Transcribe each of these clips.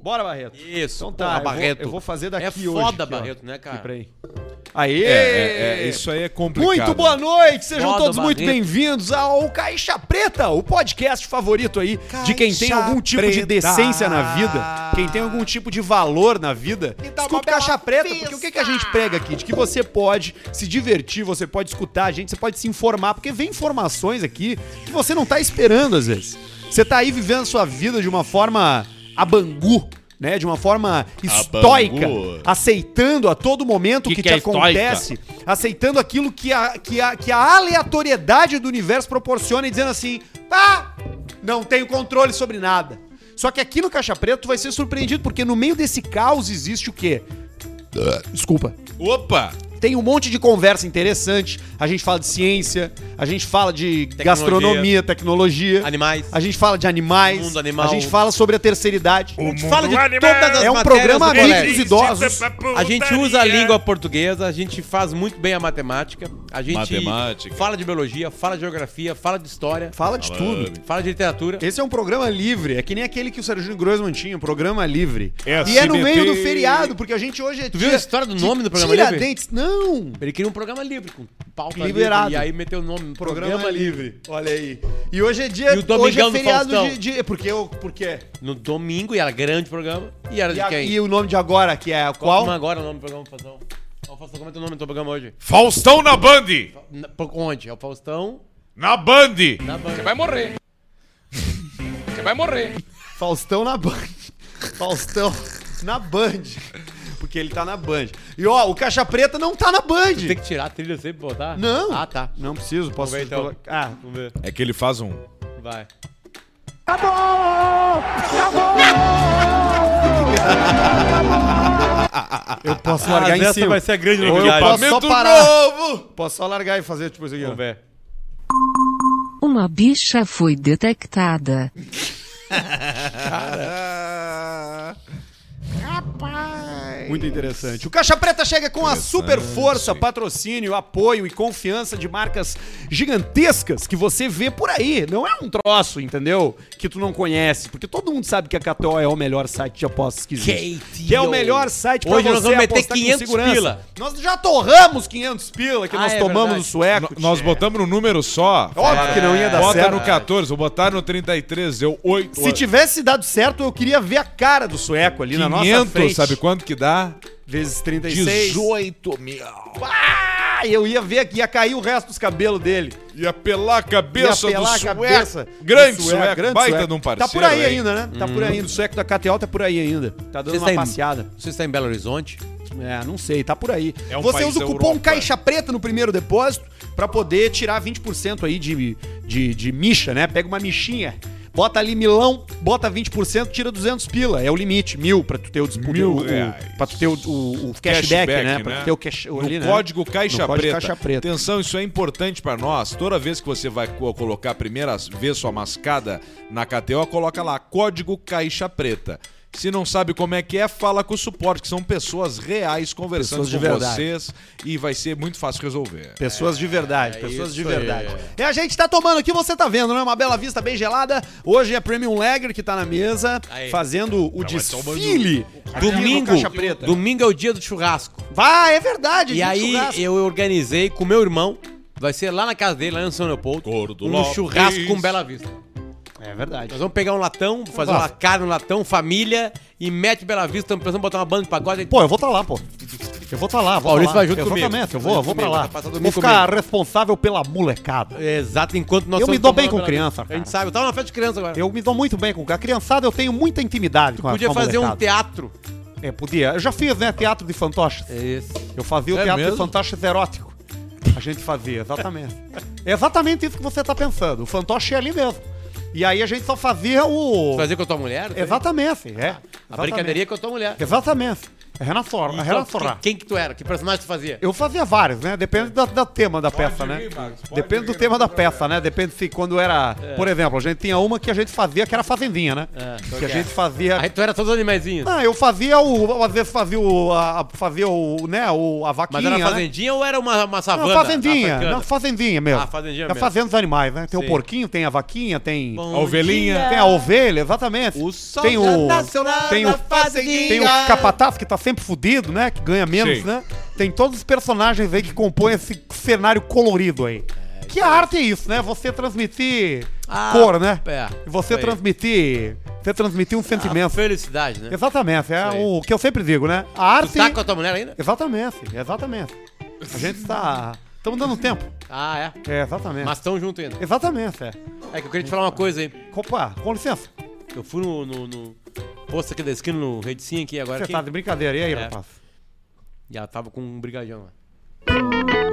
Bora, Barreto. Isso, Então tá, porra, eu vou- Barreto. Eu vou, fazer daqui É hoje. foda, aqui, ó. Barreto, né, cara? Aqui pra aí. Aê! É, é, é, isso aí é complicado. Muito boa noite, sejam Foda, todos muito Barreto. bem-vindos ao Caixa Preta, o podcast favorito aí de quem tem Caixa algum tipo de Preta. decência na vida, quem tem algum tipo de valor na vida. dá tá uma Escuta o bela Caixa Preta, porque o que, que a gente prega aqui? De que você pode se divertir, você pode escutar a gente, você pode se informar, porque vem informações aqui que você não tá esperando às vezes. Você tá aí vivendo a sua vida de uma forma a bangu. Né, de uma forma estoica, bangu. aceitando a todo momento o que, Que que te é estoica? acontece, acontece, aceitando aquilo que a, que, a, que a aleatoriedade do universo proporciona e dizendo assim: tá, não tenho controle sobre nada. Só que aqui no Caixa Preto tu vai ser surpreendido, porque no meio desse caos existe o quê? Desculpa. Opa! Tem um monte de conversa interessante. A gente fala de ciência, a gente fala de gastronomia, tecnologia. Animais. A gente fala de animais. Mundo animal. A gente fala sobre a terceira idade. A gente fala de todas as É um matérias programa do amigo colégio. dos idosos. A gente usa a língua portuguesa, a gente faz muito bem a matemática, a gente Matemática. fala de biologia, fala de geografia, fala de história, Fala de tudo. fala de literatura. Esse é um programa livre, é que nem aquele que o Serginho Grossman tinha, um programa livre. É, e é no SBT. meio do feriado, porque a gente hoje é Tu viu a história do nome do programa Tira livre? dentes, não! Ele queria um programa livre, com pauta Liberado. livre, e aí meteu o nome, Programa, programa, livre. livre. Olha aí. E hoje é dia, E o Domingão hoje é do feriado Faustão. de, de porque eu, porque é. No domingo, e era grande programa, e era E, de a- quem? e o nome de agora que é qual? Como agora o nome do programa, Faustão? Ó, Faustão, como é teu nome do teu programa hoje? Faustão na Band! Na- por onde? É o Faustão Na Band! na banca. Vai morrer. Você vai morrer. Faustão na Band. Faustão na Band. Porque ele tá na Band. E ó, o Caixa Preta não tá na Band. Tem que tirar a trilha sempre e botar? Não. Ah, tá. Não preciso, posso ver, então. colocar- Ah, Vamos ver. É que ele faz um. Vai. eu posso largar em cima. vai ser a grande Ou eu novidade. posso só Momento parar. novo! Posso só largar e fazer tipo isso aqui, ó. Vamos ver. Uma bicha foi detectada. Muito interessante. O Caixa Preta chega com a super força, patrocínio, apoio e confiança de marcas gigantescas que você vê por aí. Não é um troço, entendeu? Que tu não conhece. Porque todo mundo sabe que a KTO é o melhor site de apostas que existe. KTO. Que é o melhor site pra Hoje você nós vamos meter apostar 500 pila. Nós já torramos 500 pila que Ah, nós é tomamos verdade. do sueco. No- nós botamos no número só. Óbvio que não ia dar Bota certo. no 14, vou botar no 33, deu 8. né? Se tivesse dado certo, eu queria ver a cara do sueco ali na nossa 500, frente. sabe quanto que dá? Vezes 36. 18 mil. Ah, eu ia ver que ia cair o resto dos cabelos dele. Ia pelar a cabeça Ia pelar do a sueco. cabeça grande do sueco, baita de um parceiro. Tá Hum. por aí hein? ainda, né? Tá por aí ainda. O sueco da KTO tá por aí ainda. Tá dando Você uma está em- passeada. Você está em Belo Horizonte? É, não sei, tá por aí. É um Você país usa o da cupom Europa. Caixa Preta no primeiro depósito pra poder tirar 20% aí de, de, de micha, né? Pega uma michinha. Bota ali milão, bota 20%, tira 200 pila. É o limite, mil, pra tu ter o disputa. Mil o, o, reais. pra tu ter o, o- o cashback, né? Pra tu ter o cash, no ali, né? código Caixa No Preta. Caixa Preta. Atenção, isso é importante pra nós. Toda vez que você vai co- colocar a primeira vez sua mascada na KTO, coloca lá código Caixa Preta. Se não sabe como é que é, fala com o suporte, que são pessoas reais conversando Pessoas de com verdade. vocês e vai ser muito fácil resolver. Pessoas de É verdade, pessoas de isso aí. verdade. E a gente tá tomando aqui, você tá vendo, né? Uma bela vista bem gelada. Hoje é Premium Lager que tá na mesa, Aí. fazendo o desfile. aqui no Domingo, Caixa Preta. domingo é o dia do churrasco. Vai, é verdade. E gente, aí churrasco. eu organizei com meu irmão, vai ser lá na casa dele, lá em São Leopoldo, Gordo um Lopes. churrasco com Bela Vista. É verdade. Nós vamos pegar um latão, fazer uma carne no latão, família, e mete Bela Vista, estamos pensando em botar uma banda de pagode. Pô, eu vou pra lá, pô. Eu vou pra lá, vou Maurício pra lá. vai junto eu comigo. Vou também, eu Vai vou, eu vou pra comigo, lá. vai passar vou domingo ficar responsável pela molecada. Exato, enquanto nós Eu me estamos dou bem tomando com Bela criança, Vista. cara. A gente sabe, eu tava na festa de criança agora. Eu me dou muito bem com a criançada, eu tenho muita intimidade com a Podia com a fazer um molecada. teatro. É, podia. Eu já fiz, né? Teatro de fantoches. Isso. Eu fazia o É teatro mesmo? de fantoches erótico. A gente fazia, exatamente. É exatamente isso que você tá pensando. O fantoche é ali mesmo. E aí a gente só fazia o. Fazer com a tua mulher? Exatamente, é. A brincadeirinha é com a tua mulher. Exatamente. Renaforra. Então, que- Quem que tu era? Que personagem tu fazia? Eu fazia vários, né? Depende do, do tema da peça, rir, né? Marcos, É. pode Depende do rir, tema não da tem problema. peça, né? Depende se quando era. É. Por exemplo, a gente tinha uma que a gente fazia que era fazendinha, né? que a que gente fazia. É, Aí tu era todos animaizinhos. Ah, eu fazia o. eu Às vezes fazia o. A, a- fazia o. Né? O, a vaquinha. Mas era né? fazendinha ou era uma, uma Não, savana? fazendinha. africana? Não, fazendinha mesmo. Ah, fazendinha É mesmo. fazenda dos animais, né? Tem Sim. o porquinho, tem a vaquinha, tem. Bom A ovelhinha. dia. Tem a ovelha, exatamente. O sol tem já o. nasceu lá Tem na o. fazendinha. Tem o capataz que tá sempre fudido, né? Que ganha menos, Sim. né? Tem todos os personagens aí que compõem esse cenário colorido aí. que a arte é isso, né? Você transmitir Ah, cor, né? é. E você Isso aí. transmitir. Você transmitir um A sentimento. felicidade, né? Exatamente, é Isso aí. o que eu sempre digo, né? A arte. Tu tá com a tua mulher ainda? Exatamente, exatamente. A gente tá. Estamos dando tempo. Ah, é. É, exatamente. Mas tão junto ainda. Exatamente, é. É que eu queria te falar uma coisa aí. Opa, com licença. Tá Eu fui no, no, no posto aqui da esquina, no Redicinha aqui agora. Você Aqui, tá de brincadeira. E aí, É. rapaz? E ela tava com um brigadão lá.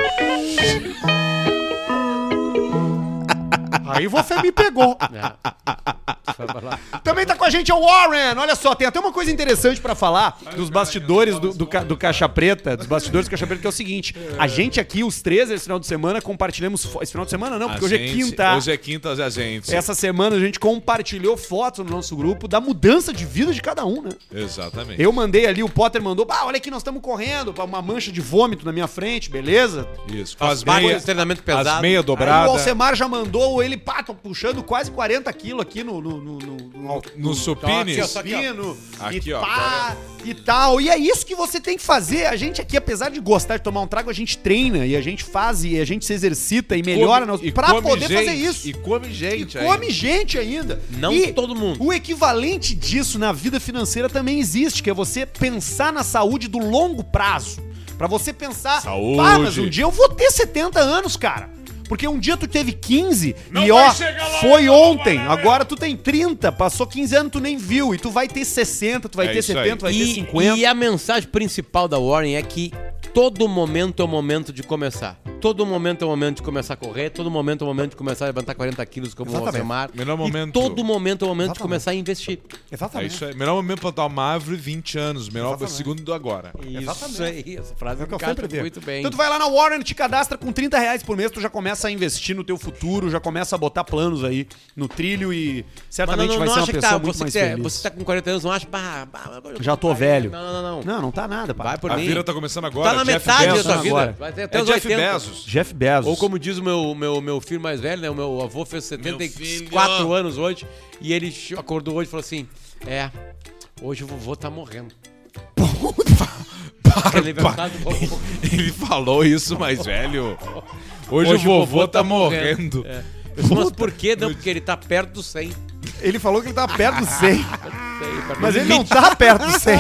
Aí você me pegou. É. Foi pra lá. Também tá com a gente o Warren. Olha só, tem até uma coisa interessante pra falar dos bastidores do, do, ca- do Caixa Preta, dos bastidores do Caixa Preta, que é o seguinte. A gente aqui, os três, esse final de semana, compartilhamos... fo- Esse final de semana não, porque A hoje é gente- quinta. Hoje é quinta, a gente. Essa semana a gente compartilhou fotos no nosso grupo da mudança de vida de cada um, né? Exatamente. Eu mandei ali, o Potter mandou, bah, olha aqui, nós estamos correndo, pá, uma mancha de vômito na minha frente, beleza? Isso. Com as Depois meias. do treinamento As pesado. meia Aí o dobrada. Alcemar já mandou ele, pá, tô puxando quase 40 quilos aqui no, no, no, no- no alto- No Aqui, ó, supines. só aqui, ó. supino, Aqui, e ó, pá, e tal. E é isso que você tem que fazer. A gente aqui, apesar de gostar de tomar um trago, a gente treina e a gente faz e a gente se exercita e melhora Come- nós, e pra come poder gente, fazer isso. E come E gente. come gente ainda. Não E todo mundo. O equivalente disso na vida financeira também existe, que é você pensar na saúde do longo prazo. Pra você pensar, Saúde. "Pá, mas um dia eu vou ter 70 anos, cara. Porque um dia tu teve 15 e ó, foi ontem. Agora tu tem 30, passou 15 anos tu nem viu e tu vai ter 60, tu vai É ter isso aí. 70, vai ter E, 50. e a mensagem principal da Warren é que todo momento é o momento de começar. Todo momento é o momento de começar a correr, todo momento é o momento de começar a levantar 40 quilos como o Exatamente. Alcemar. Melhor E momento. todo momento é o momento de Exatamente. começar a investir. É Exatamente. isso aí. Melhor momento pra dar uma árvore, 20 anos. Melhor Exatamente. segundo do agora. Isso aí, essa frase É o que eu encaixa sempre digo. muito bem. Então tu vai lá na Warren, te cadastra com 30 reais por mês, tu já começa a investir no teu futuro, já começa a botar planos aí no trilho e Mas certamente não, não, vai não ser acha uma que pessoa tá, muito você, mais que é- feliz. você tá com 40 anos, não acha? Bah, bah, bah, Já tô velho. Não, não, não. Não, não tá nada, pá. Vai por A mim. vida tá começando agora. tá na Jeff metade da Bezos. tua vida. agora. Vai ter até É os Jeff 80. Bezos. Jeff Bezos. Ou como diz o meu, meu, meu filho mais velho, né? O meu avô fez 74 filho. anos hoje. E ele ch- acordou hoje e falou assim: É, hoje o vovô tá morrendo. Puta! aniversário do vovô. Ele falou isso, mais velho. Hoje, o vovô, tá, morrendo. É. Eu falei, mas por que não? Porque ele tá perto do 100. Ele falou que ele tá perto do 100, Sei, perto mas do ele limite. não tá perto do 100.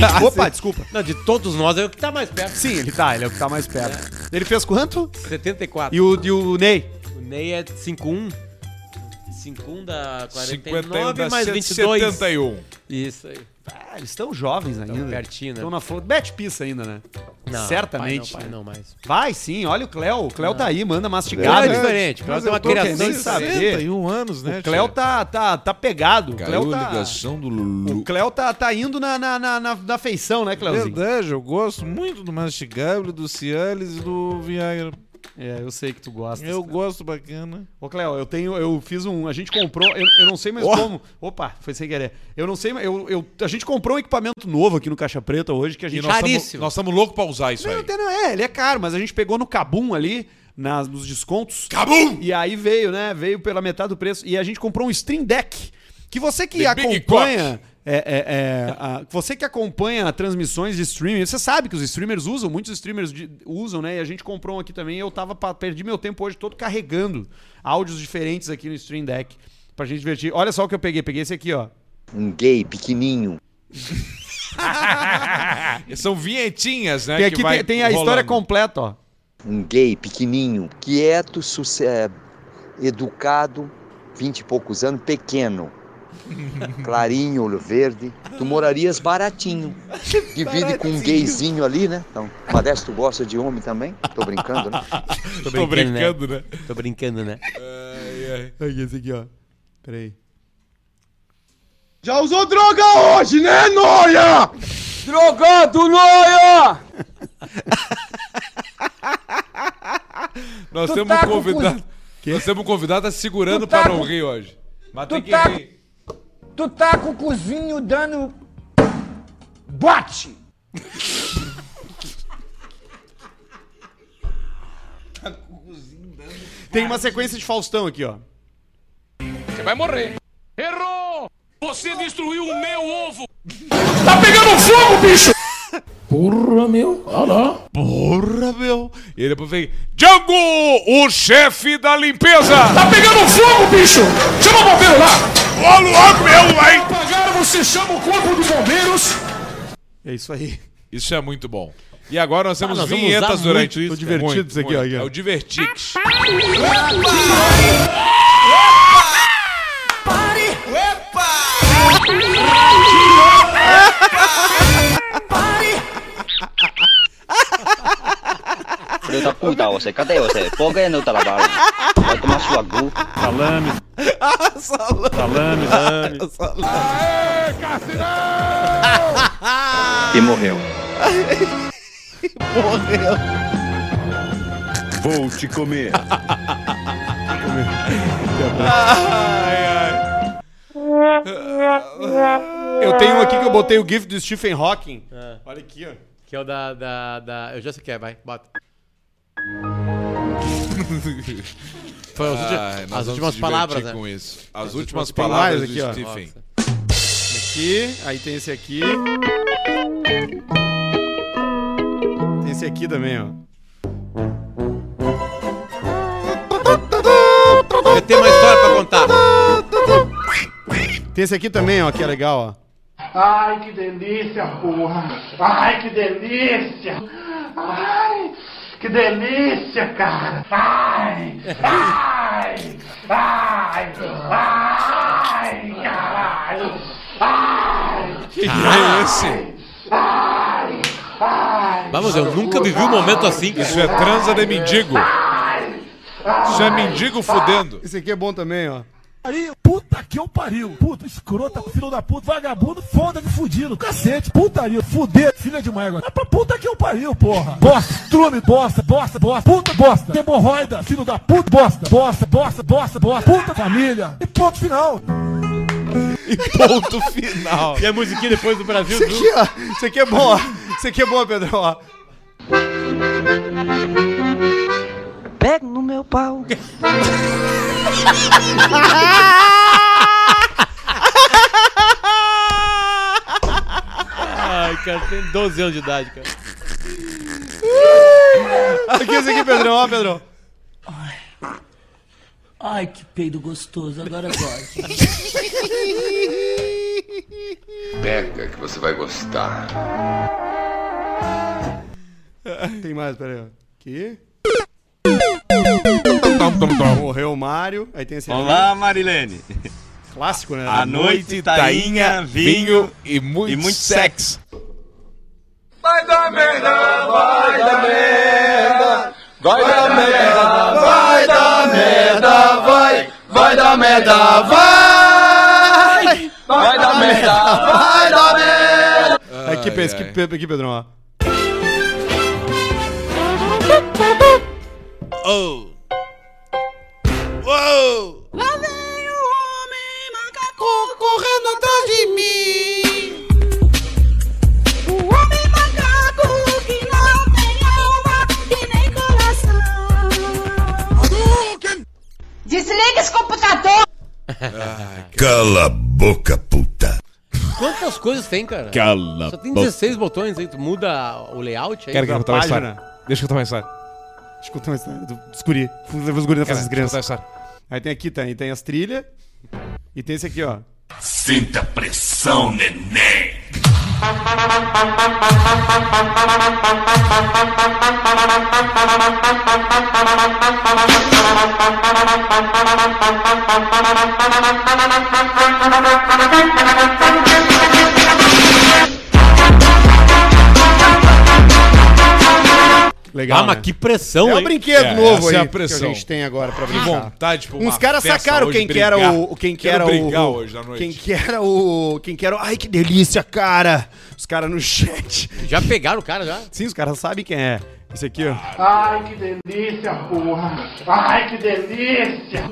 Tá, Opa, desculpa. Não, de todos nós é o que tá mais perto. Sim, ele tá, ele é o que tá mais perto. É. Ele fez quanto? 74. E o, e o Ney? O Ney é 5-1. 5-1 da 49 51 dá mais 22. 71. Isso aí. Ah, eles estão jovens ainda. pertinho, né? Estão na flor. Bet pista ainda, né? Não, Certamente. Pai não, pai não mais. Vai sim, olha o Cléo. O Cléo tá aí, manda Claro, mastigado. é diferente. Claro, tem uma criação querendo de saber. saber. anos, né? O Cléo tá, tá, tá pegado. O Caiu Cléo tá, ligação do Lulu. o Cléo tá, tá indo na, na, na, na, na feição, né, Cléozinho? Verdade, eu gosto muito do Mastigável, do Cialis e do Viagra. É, eu sei que tu gosta. gosto bacana. Ô, Cléo, eu tenho. Eu fiz um. A gente comprou. Eu, eu não sei mais como. Opa, foi sem querer. Eu não sei, mas eu, eu, a gente comprou um equipamento novo aqui no Caixa Preta hoje que a E gente. nós tamo- Caríssimo. nós estamos loucos pra usar isso Não, aí. até não é, ele é caro, mas a gente pegou no Cabum ali, nas, nos descontos. Cabum! E aí veio, né? Veio pela metade do preço. E a gente comprou um Stream Deck. Que você que The Big acompanha. É, é, é, a- você que acompanha transmissões de streaming, você sabe que os streamers usam, muitos streamers de- usam, né? E a gente comprou um aqui também. E eu tava pa- perdi meu tempo hoje todo carregando áudios diferentes aqui no Stream Deck pra gente divertir. Olha só o que eu peguei, peguei esse aqui, ó. um gay pequenininho. São vinhetinhas, né? Tem que aqui vai tem, tem a história rolando. completa, ó. Um gay pequenininho, quieto, suce- eh, educado, vinte e poucos anos, pequeno. Clarinho, olho verde. Tu morarias baratinho. Divide com um gayzinho ali, né? Então, Modesto gosta de homem também? Tô brincando, né? Tô Tô brincando, brincando, né? Tô brincando, né? Aqui, esse aqui, ó. Peraí. Já usou droga hoje, né, Noia? Drogado, noia! Nós Tu temos tá um convidado. Nós temos um convidado tá segurando Tu tá para não com- rir hoje. Mas Tu tem que tá- rir. Tu tá com o cozinho dando. Bate! Tem uma sequência de Faustão aqui, ó. Você vai morrer. Errou! Você destruiu o meu ovo! Tá Porra, meu. E ele depois vem. Django, o chefe da limpeza! Tá Pegando fogo, bicho! Chama o bombeiro lá! louco, meu, hein? Apagaram, você chama o corpo dos bombeiros! É isso aí. Isso é muito bom. E agora nós temos Ah, nós vamos usar vinhetas muito durante isso. isso, cara. Muito, muito. É o Divertix. Filho da puta, você, cadê você? Por que não trabalha? Vai tomar sua gu. E morreu. Vou te comer. Eu tenho um aqui que eu botei o GIF do Stephen Hawking. Olha aqui, ó. Que é o da, da, da- Eu já sei o que é, vai, bota. Foi as últimas, Ai, nós as últimas vamos se divertir palavras, né? com isso. As, últimas últimas- palavras Tem do mais aqui, ó. Stephen. Aqui, aí tem esse aqui. Tem esse aqui também, ó. Eu tenho uma história pra contar. Tem esse aqui também, ó, que é legal, ó. Ai, que delícia, porra! Ai, que delícia! Ai, que delícia, cara! Ai, ai, ai, ai, caralho! Ai, Que é esse? ai, ai, Vamos, eu nunca vivi um momento assim. cara. Isso é transa de mendigo. Isso é mendigo fudendo. Esse aqui é bom também, ó. Pariu, puta que eu pariu. Puta, escrota, filho da puta, vagabundo, foda-se, fudido. Cacete, putaria, fuder, filha de mãe agora. Vai pra puta que eu pariu, porra. Bosta, trume, bosta, bosta, bosta, puta, bosta. Hemorroida, filho da puta, bosta, bosta, bosta, bosta, bosta, puta família. E ponto final. Ponto final. E a musiquinha depois do Brasil, viu? Aqui, ó. Isso aqui é bom, ó. Isso aqui é bom, Pedro, ó. Pega no meu pau. Ai, cara, tem 12 anos de idade, cara. Aqui, esse aqui, Pedrão, ó, Pedrão. Ai, que peido gostoso, agora gosto. Pega que você vai gostar. Tem mais, peraí, ó. Aqui. Morreu o Mário. Aí tem esse aqui. Olá, Marilene. Clássico, né? A noite, tainha, vinho Vinho e muito, e muito sexo. sexo. Aqui, Pedro, Ai, ai. aqui, Pedro, aqui, Pedrão, ó. Desliga esse computador! Cala a boca, puta. Quantas coisas tem, cara? Cala Só tem 16 botões aí, tu muda o layout aí. Quero que eu Da contar uma página. história. Deixa eu contar uma história. Escuta uma história do dos guri. Fui levar os guri na Cara, festa das deixa eu contar uma crianças. história. Aí tem aqui, tá, tem, tem as trilhas. E tem esse aqui, ó. Sinta pressão, neném. Legal, ah, mas né? que pressão, é um hein? brinquedo É, novo essa aí é a que a pressão. gente tem agora pra Que brincar. vontade pra uma Uns caras festa sacaram hoje quem que era brincar. o quem que Quero era brincar o hoje à noite. quem que era o quem que era o- ai que delícia, cara. Os caras no chat. Já pegaram o cara, já? Sim, os caras sabem quem é. Esse aqui, ó. Ai, que delícia, porra! Ai, que delícia!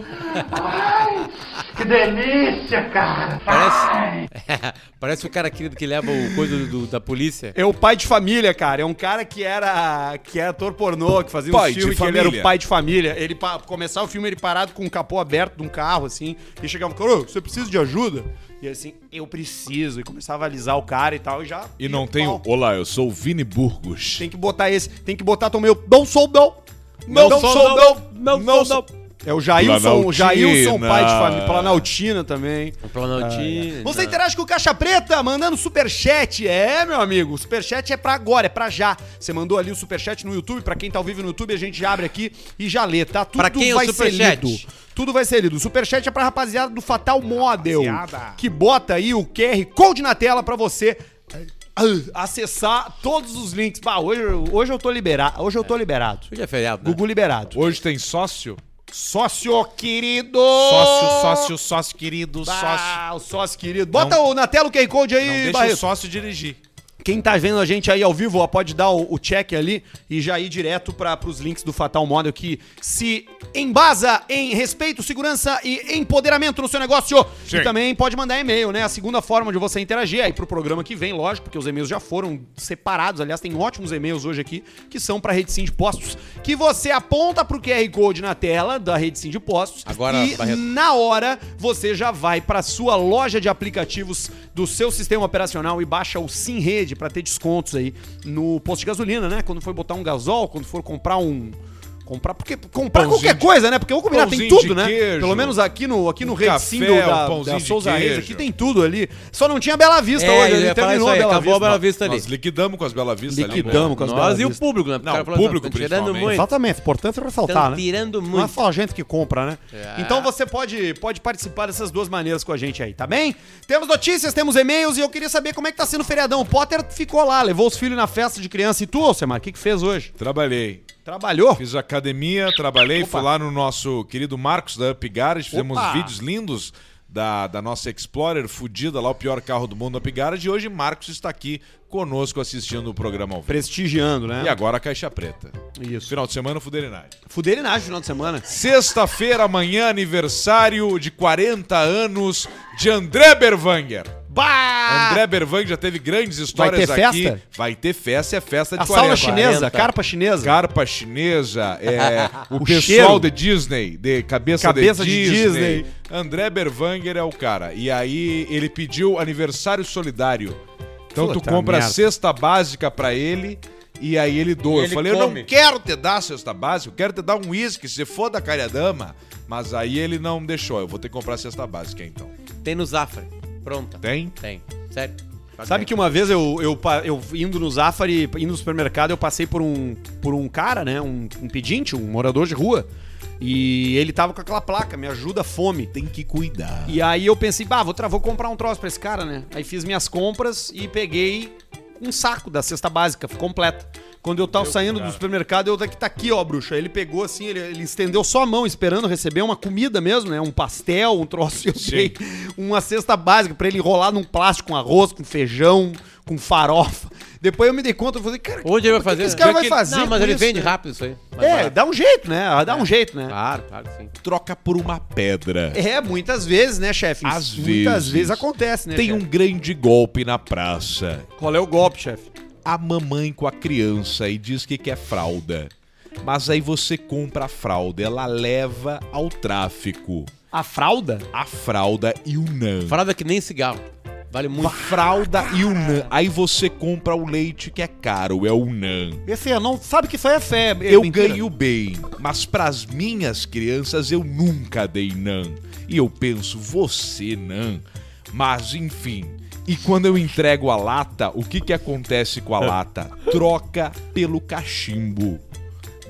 Ai, que delícia, cara! Ai. Parece o cara aquele que leva o coisa do- do- da polícia. É o pai de família, cara. É um cara que era que era ator pornô, que fazia Pai um de filme que ele era o família. pai de família. Ele pa- começava o filme ele parado com o capô aberto de um carro assim, e chegava, cara, "Ô, você precisa de ajuda? E ele assim, eu preciso. E começava a alisar o cara e tal e já E não ia pro tem. pau. o- Olá, eu sou o Vini Burgos. Tem que botar esse. Tem que botar também o Não sou não. Não, Não sou, sou não. Não, sou não. É o Jailson, Planaltina. o Jailson, pai de família. Planaltina também. O Planaltina. Você interage com o Caixa Preta, mandando superchat. É, meu amigo, o superchat é pra agora, é pra já. Você mandou ali o superchat no YouTube, pra quem tá ao vivo no YouTube, a gente já abre aqui e já lê, tá? Tudo Pra quem é o vai ser superchat? lido. Tudo vai ser lido. O superchat é pra rapaziada do Fatal Model, que bota aí o QR Code na tela pra você ah, acessar todos os links. Bah, hoje, hoje eu tô liberado. Hoje eu tô liberado. Hoje é feriado, né? Gugu liberado. Hoje tem sócio? Sócio querido! Oh! Sócio, sócio, sócio, querido, sócio. Ah, o sócio querido. Bota o, na tela o QR Code Não aí, deixa Barreto. o sócio dirigir. Quem tá vendo a gente aí ao vivo, ó, pode dar o, o check ali e já ir direto para os links do Fatal Model que se embasa em respeito, segurança e empoderamento no seu negócio. Sim. E também pode mandar e-mail, né? A segunda forma de você interagir é aí pro programa que vem, lógico, porque os e-mails já foram separados. Aliás, tem ótimos e-mails hoje aqui que são para Rede Sim de Postos, que você aponta pro QR Code na tela da Rede Sim de Postos Agora, e Barreto. na hora você já vai para sua loja de aplicativos do seu sistema operacional e baixa o Sim Rede para ter descontos aí no posto de gasolina, né? Quando for botar um gasol, quando for comprar um comprar porque comprar Pãozinho qualquer de- coisa, né? Porque vamos combinar tem pãozinho de tudo, né? queijo, Pelo menos aqui no aqui no um Rede café, Sim do- um da, pãozinho da de Souza Reis queijo. aqui tem tudo ali. Só não tinha Bela Vista hoje, É, eu a ia gente falar terminou isso a aí, Bela acabou Vista. a Bela Vista ali. Nós liquidamos com as Bela Vista ali, Liquidamos amor. com as Bela Nós e o Vista. público, né? Porque Não, o cara falou o público "Tão tirando principalmente." muito. Exatamente, importante ressaltar, Estão né? Então, tirando muito. Não é só a gente que compra, né? É. Então você pode, pode participar dessas duas maneiras com a gente aí, tá bem? Temos notícias, temos e-mails e eu queria saber como é que tá sendo o feriadão. O Potter ficou lá, levou os filhos na festa de criança. E tu, Alcemar, o que, que fez hoje? Trabalhei. Trabalhou? Fiz academia, trabalhei, fui lá no nosso querido Marcos da Up Garage, fizemos Opa! vídeos lindos da, da nossa Explorer fudida lá, o pior carro do mundo Up Garage, e hoje Marcos está aqui conosco assistindo o programa ao vivo. Prestigiando, né? E agora a Caixa Preta. Isso. Final de semana, Fuderinagem. Fuderinagem no final de semana. Sexta-feira, amanhã, aniversário de 40 anos de André Berwanger. Bah! André Berwanger já teve grandes histórias Ah. ter aqui. festa? Vai ter festa, é festa de a sauna 40. chinesa, a carpa chinesa. Carpa chinesa, é, o, O cheiro. pessoal de Disney, de cabeça, Cabeça de, de Disney. Disney. André Berwanger é o cara. E aí ele pediu aniversário solidário. Então tu Puta compra merda. a cesta básica pra ele e aí ele doa. eu ele falei, eu come. não quero te dar a cesta básica, eu quero te dar um uísque, se for da Cariadama. Mas aí ele não deixou, eu vou ter que comprar a cesta básica então. Tem no Zafra. Pronta. Tem? Tem. Sério. Sabe que uma vez eu, eu, pa- eu indo no Zafari, indo no supermercado, eu passei por um, por um cara, né? Um, um pedinte, um morador de rua. E ele tava com aquela placa, me ajuda a fome. Tem que cuidar. E aí eu pensei, bah, vou, tra- vou comprar um troço pra esse cara, né? Aí fiz minhas compras e peguei um saco da cesta básica completa. Quando eu tava saindo do supermercado, eu daqui tá aqui, ó, bruxa. Ele pegou assim, ele, ele estendeu só a mão, esperando receber uma comida mesmo, né? Um pastel, um troço. Eu dei uma cesta básica pra ele enrolar num plástico, com arroz, com feijão, com farofa. Depois eu me dei conta, eu falei, cara, Onde ele vai o que fazer? que esse cara né? vai Que ele- fazer Não, mas com ele isso, vende né? rápido isso aí. Mais É, barato. dá um jeito, né? Dá um jeito, né? Claro, claro que sim. Troca por uma pedra. É, muitas vezes, né, chefe? Às Muitas vezes. vezes acontece, né? Tem um chefe? grande golpe na praça. Qual é o golpe, chefe? a mamãe com a criança e diz que quer fralda. Mas aí você compra a fralda, ela leva ao tráfico A fralda? a fralda e o nan. Fralda que nem cigarro. Vale muito. Fralda e o nan. Aí você compra o leite que é caro, é o nan. Esse eu não sabe que isso aí é fé. é Eu mentira. ganho bem, mas pras minhas crianças eu nunca dei nan. E eu penso, você nan. Mas enfim. E quando eu entrego a lata, o que que acontece com a lata? Troca pelo cachimbo.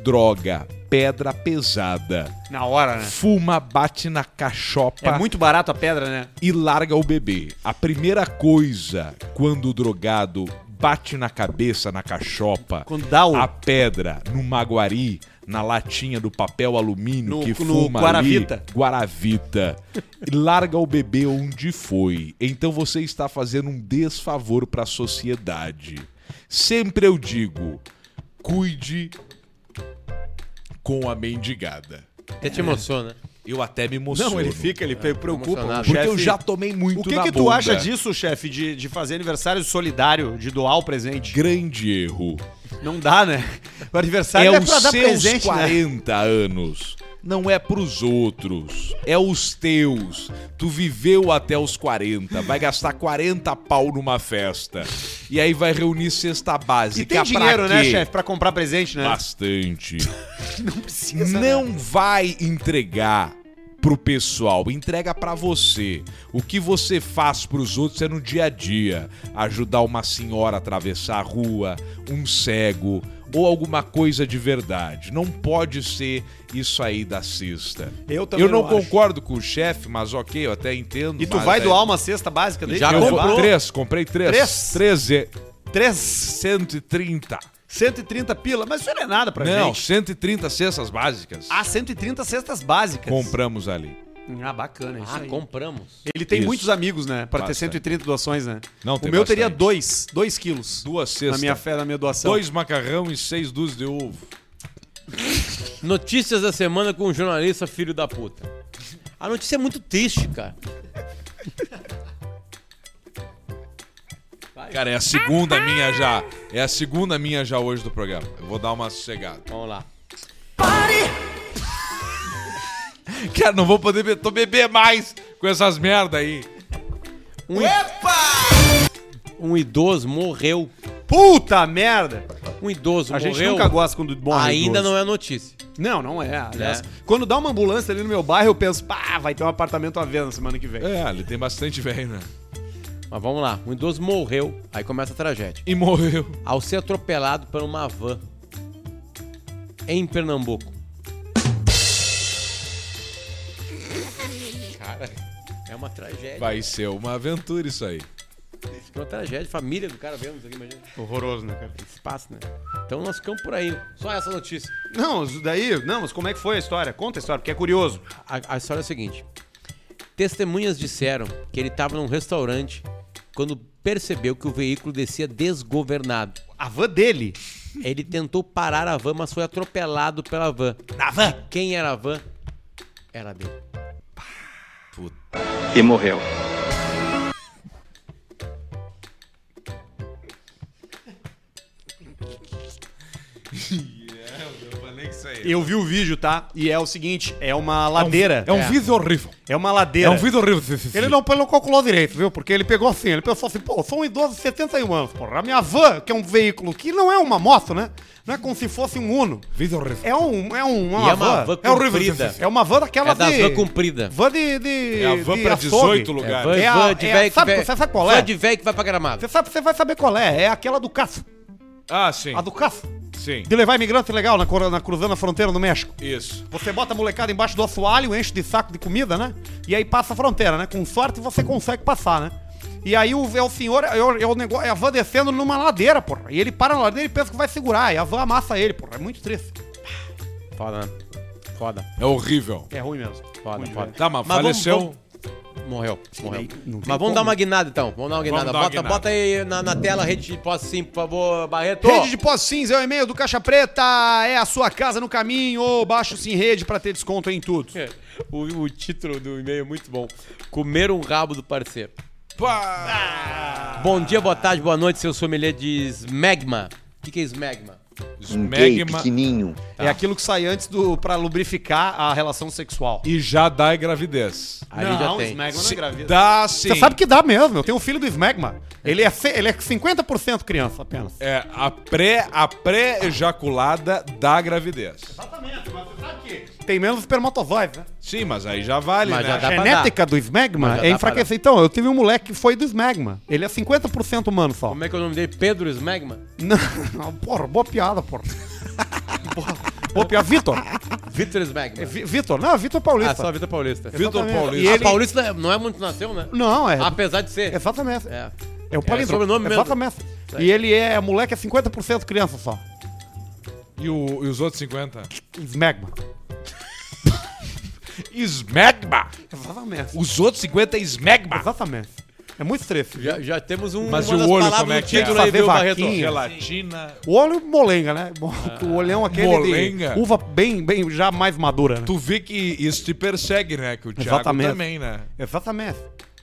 Droga, pedra pesada. na hora, né? Fuma, bate na cachopa É muito barato a pedra, né? e larga o bebê. A primeira coisa quando o drogado bate na cabeça, na cachopa, Quando dá o- a pedra, no maguari, na latinha do papel alumínio No- que no fuma Guaravita. ali, Guaravita, e larga o bebê onde foi. Então você está fazendo um desfavor para a sociedade. Sempre eu digo, cuide com a mendigada. Até te emociona. Eu até me emociono. Não, ele fica, ele pe- preocupa. emocionado. com o Porque eu chefe. já tomei muito O que na que tu bunda. acha disso, chefe, de, de fazer aniversário solidário, de doar o presente? Grande erro. Não dá, né? O aniversário é é, os pra dar seus presente, né? 40 anos. Não é pros outros, é os teus. Tu viveu até os 40, vai gastar 40 pau numa festa. E aí vai reunir cesta básica. E tem pra dinheiro, né, quê? chefe, pra comprar presente, né? Bastante. Não precisa, né? Não vai entregar pro pessoal, entrega pra você. O que você faz pros outros é no dia a dia, ajudar uma senhora a atravessar a rua, um cego ou alguma coisa de verdade. Não pode ser isso aí da cesta. né? Eu também Eu não, não acho. concordo com o chefe, mas ok, eu até entendo. E tu mas vai é- doar uma cesta básica dele? Já Eu vou- comprou? Três, comprei três. Três? Três. e- Três. 130. 130 pila, mas isso não é nada pra não, gente. 130 cestas básicas. Ah, 130 cestas básicas. Compramos ali. Ah, bacana isso Ah, aí. compramos. Ele tem Isso. muitos amigos, né? Pra ter Bastante. 130 doações, né? Não, o tem meu teria bastante. dois, dois quilos Duas na cestas. minha, fé, na minha doação. Dois macarrão e seis dúzias de ovo. Notícias da semana com o jornalista filho da puta. A notícia é muito triste, cara. Cara, é a segunda minha já. É a segunda minha já hoje do programa. Eu vou dar uma sossegada. Vamos lá. Cara, não vou poder be- tô beber mais com essas merda aí. Um, i- um idoso morreu. Puta merda! Um idoso A morreu. gente nunca gosta quando bom Ainda não é notícia. Não, não é. Aliás, quando dá uma ambulância ali no meu bairro, eu penso, pá, vai ter um apartamento à venda semana que vem. É, ele tem bastante velho, né? Mas vamos lá. Um idoso morreu. Aí começa a tragédia. E morreu. Ao ser atropelado por uma van. Em Pernambuco. Cara, é uma tragédia. Vai ser uma aventura isso aí. Isso aqui é uma tragédia. Família do cara vendo isso aqui, imagina. Horroroso, né, cara? Espaço, né? Então nós ficamos por aí. Só essa notícia. Não, isso daí, não, mas como é que foi a história? Conta a história, porque é curioso. A, a história é a seguinte: testemunhas disseram que ele estava num restaurante quando percebeu que o veículo descia desgovernado. A van dele. Ele tentou parar a van, mas foi atropelado pela van. Na van. Quem era a van? Era dele. E morreu. Eu vi o vídeo, tá? E é o seguinte, é uma ladeira. É um vídeo horrível. É uma ladeira. É um vídeo horrível. Ele não pelo- calculou direito, viu? Porque ele pegou assim, ele pensou assim, pô, eu sou um idoso de 71 anos, porra. A minha van, que é um veículo que não é uma moto, né? Não é como se fosse um Uno. Vídeo horrível. É um, é um, E é uma van é horrível. comprida. É uma van daquela É da de... van comprida. Van de... de É a van de pra açougue. 18 lugares. Van, É a- van é a- velho que sabe- vai- sabe qual é? Van de velho que vai pra gramado. Você sabe, você vai saber qual é. É aquela do caça. Ah, sim. A do caça. Sim. De levar imigrante legal na, cor- na cruzando a fronteira no México. Isso. Você bota a molecada embaixo do assoalho, enche de saco de comida, né? E aí passa a fronteira, né? Com sorte você consegue passar, né? E aí o, é o senhor, é o, é o negócio, é a van descendo numa ladeira, porra. E ele para na ladeira e pensa que vai segurar. E a van amassa ele, porra. É muito triste. Foda, né? Foda, É horrível. É ruim mesmo. foda, Ruim foda. Tá, mas, Mas vamos- faleceu. vamos- Morreu, morreu. não Mas tem vamos como. dar uma guinada então. Vamos dar uma guinada. Vamos dar uma bota, guinada. bota aí na, na tela a rede de posse sim, por favor, Barreto. Rede de Pós Cinza é o e-mail do Caixa Preta. É a sua casa no caminho. Baixa o Sim Rede pra ter desconto em tudo. Tá. O, o título do e-mail é muito bom. Comer um rabo do parceiro. Bom dia, boa tarde, boa noite, seu sommelier de smegma. O que, que é smegma? Um gay Smegma pequenininho. É aquilo que sai antes do para lubrificar a relação sexual. e já dá gravidez. Ali já tem. Smegma não é gravidez. Dá sim. Você sabe que dá mesmo. Eu tenho um filho do Smegma. Ele é, fe- ele é 50% criança apenas. É, a pré, a pré-ejaculada dá gravidez. Exatamente, mas você sabe É. que... Tem menos espermatozoide, né? Sim, mas aí já vale, Mas né? já dá A pra genética do Mas Smegma já é dá enfraquecida. Então, eu tive um moleque que foi do Smegma. Ele é 50% humano só. Como é que é o nome dele? Pedro Smegma? Não, porra, boa piada, porra. Boa- boa piada. Vitor. Vitor Smegma. É Vi- Vitor. Não, Vitor Paulista. Ah, só Vitor Paulista. Vitor Exatamente. Paulista. E A ele... Paulista não é muito é nasceu, né? Não, é... Apesar de ser. Exatamente. É. É o palíndromo. sobrenome é mesmo. Exatamente. E ele é moleque, é 50% criança só. E, o- e os outros 50? Smegma. Smegma! Exatamente. Os outros 50 é Smegma! Exatamente. É muito trefe. Já, já temos um. Mas uma e o das olho, palavras como é no que é? título aí, Fazer viu, vaquinha. Barreto? Gelatina. O olho molenga, né? Bom, o olhão aquele Ah. molenga. de uva bem, bem já mais madura, né? Tu vê que isso te persegue, né? Que o Thiago Exatamente. também, né? Exatamente.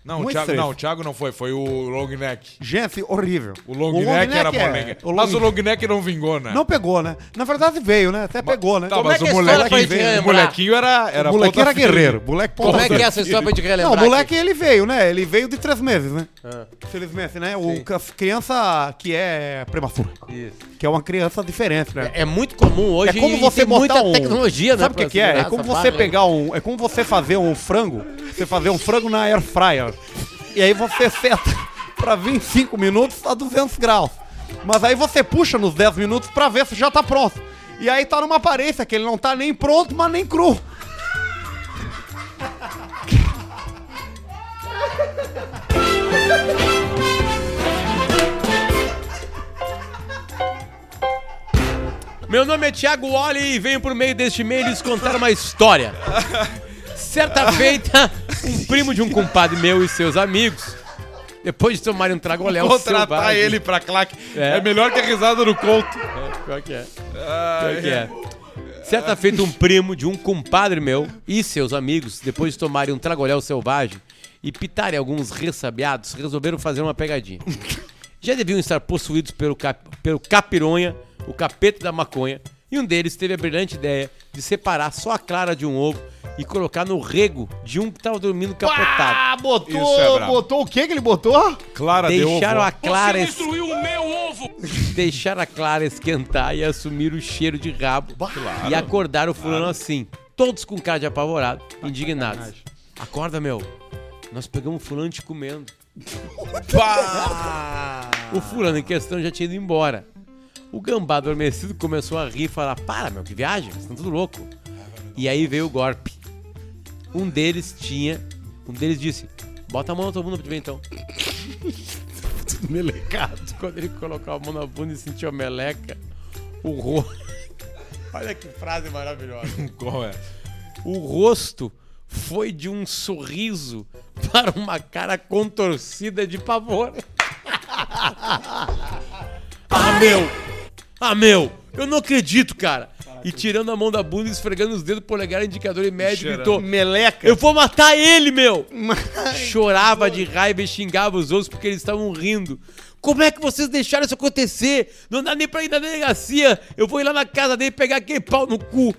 Não, o Muito Thiago, estranho. não, o Thiago não foi, foi o long neck. Gente, horrível. O long, neck, era é- molenga. o long Mas o neck- long neck não vingou, né? Não pegou, né? Na verdade veio, né? Até pegou, né? Tá, Como mas é que o é a moleque história pra veio- gente o molequinho era- era o moleque ponta era firme. guerreiro. Moleque Como ponta é que é firme. essa história pra gente relembrar? Não, o moleque aqui? ele veio, né? Ele veio de três meses, né? Ah, Felizmente, né? O ca- criança que é prematura. isso. Que é uma criança diferente, né? É é muito comum hoje. é como e você tem botar muita um... tecnologia, né? Sabe o que, pra que é? É segurar como essa né? você barra. pegar um. É como você fazer um frango. Você fazer um frango na air fryer. E aí você seta pra 25 minutos a 200 graus. Mas aí você puxa nos 10 minutos pra ver se já tá pronto. E aí tá numa aparência que ele não tá nem pronto, mas nem cru. Meu nome é Thiago Wally e venho por meio deste e-mail lhes contar uma história. Certa feita, um primo de um compadre meu e seus amigos, depois de tomarem um trago olhar o Contratar ele pra claque. É. melhor que a risada do Couto. Pior que é. Pior que é. Certa feita, um primo de um compadre meu e seus amigos, depois de tomarem um tragolhau selvagem e pitarem alguns ressabiados, resolveram fazer uma pegadinha. Já deviam estar possuídos pelo, cap- pelo capironha, o capeta da maconha, e um deles teve a brilhante ideia de separar só a clara de um ovo e colocar no rego de um que estava dormindo capotado. Ah, botou. Isso é brabo. botou o que que ele botou? Clara Deixaram a deu clara es- destruiu o meu ovo! deixar a Clara esquentar e assumir o cheiro de rabo. E acordar o fulano assim. Todos com cara de apavorado, indignados. Acorda, meu. Nós pegamos o fulano te comendo. O fulano em questão já tinha ido embora. O gambá adormecido começou a rir e falar: Para, meu, que viagem, vocês estão tudo louco. E aí veio o golpe. Um deles tinha. Um deles disse: Bota a mão na tua bunda pra te ver então. Melecado. Quando ele colocou a mão na bunda e sentiu a meleca, o rosto. Olha que frase maravilhosa. Qual é? O rosto foi de um sorriso para uma cara contorcida de pavor. ah, meu! Ah, meu! Eu não acredito, cara! E tirando a mão da bunda, e esfregando os dedos, polegar, indicador e médio, Cheirando. gritou: Meleca. eu vou matar ele, meu! Chorava de raiva e xingava os outros porque eles estavam rindo. Como é que vocês deixaram isso acontecer? Não dá nem pra ir na delegacia. Eu vou ir lá na casa dele pegar aquele pau no cu.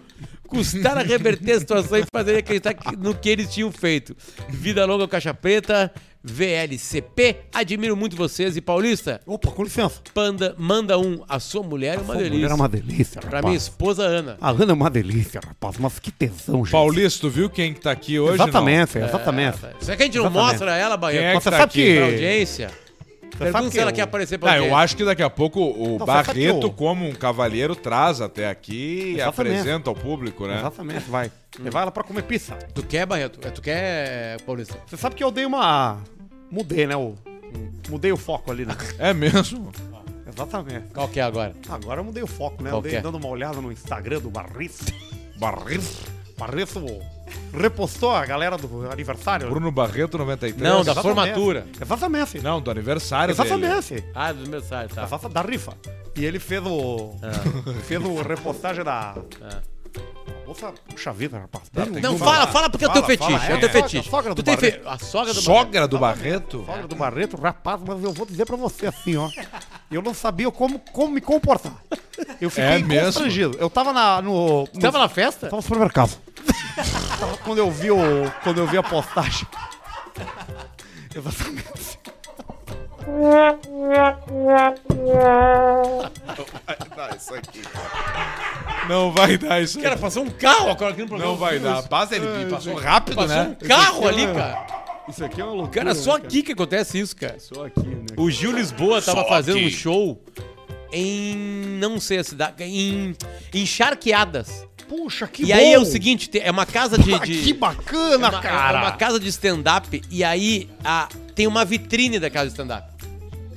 Custaram a reverter a situação e fazer ele acreditar que- no que eles tinham feito. Vida longa ao Caixa Preta, VLCP. Admiro muito vocês. E Paulista, Opa, com licença. Panda, manda um. A sua mulher é uma Pô, delícia. Era uma delícia, Pra rapaz. minha esposa, Ana. A Ana é uma delícia, rapaz. Mas que tesão, gente. Paulista, tu viu quem que tá aqui hoje? não? exatamente, exatamente. Será que a gente não Exatamente. mostra ela, Bahia? Quem é que Você tá sabe aqui? que- É, pra audiência. Pergunta sabe se que ela eu- quer aparecer pra Ah, audiência. eu acho que daqui a pouco o Não, Barreto, sacateou. como um cavalheiro, traz até aqui e Exatamente. apresenta ao público, né? Exatamente, vai. Levar ela pra comer pizza. Tu quer, Barreto? É, Tu quer, Paulista? Você sabe que eu dei uma. Mudei, né? O... Mudei o foco ali, né? É mesmo? Exatamente. Qual que é agora? Agora eu mudei o foco, né? Qual Eu dei que é? dando uma olhada no Instagram do Barreto. Barreto? Barreto repostou a galera do aniversário. Bruno Barreto 93. Não, da Exatamente. formatura. é Exatamente. Não, do aniversário dele. Exatamente. Ah, Ah. dos meus sites, tá. Exatamente. Da rifa. E ele fez o. Fez o repostagem da. Ah. Nossa, puxa vida, rapaz. Bem- Não, fala, fala porque é o teu Fala, fala, fetiche. É o é. teu A fetiche. sogra do Tu tem fe... Barreto. A sogra do Sogra do Barreto? Sogra do Barreto, rapaz, mas eu vou dizer pra você assim, ó. Eu não sabia como, como me comportar. Eu É fiquei mesmo? constrangido. Eu tava na, no, no. Tu tava na festa? Tava no supermercado. Tava quando eu vi o. Quando eu vi a postagem. Exatamente. Não vai dar isso. aí. Cara, passou um carro agora aqui no programa. Não vai dar. Passa, ele ele passou rápido, Passou né? um carro ali, cara. é Isso aqui é uma loucura. Cara, só aqui que acontece isso, cara. Só aqui, né? O Gil Lisboa tava Só fazendo aqui. um show em... Não sei a cidade. Em... Encharqueadas. Puxa, que E bom. Ah, aí é o seguinte, te- é uma casa de... de- Que bacana, é uma, é cara. uma casa de stand-up e aí a- tem uma vitrine da casa de stand-up.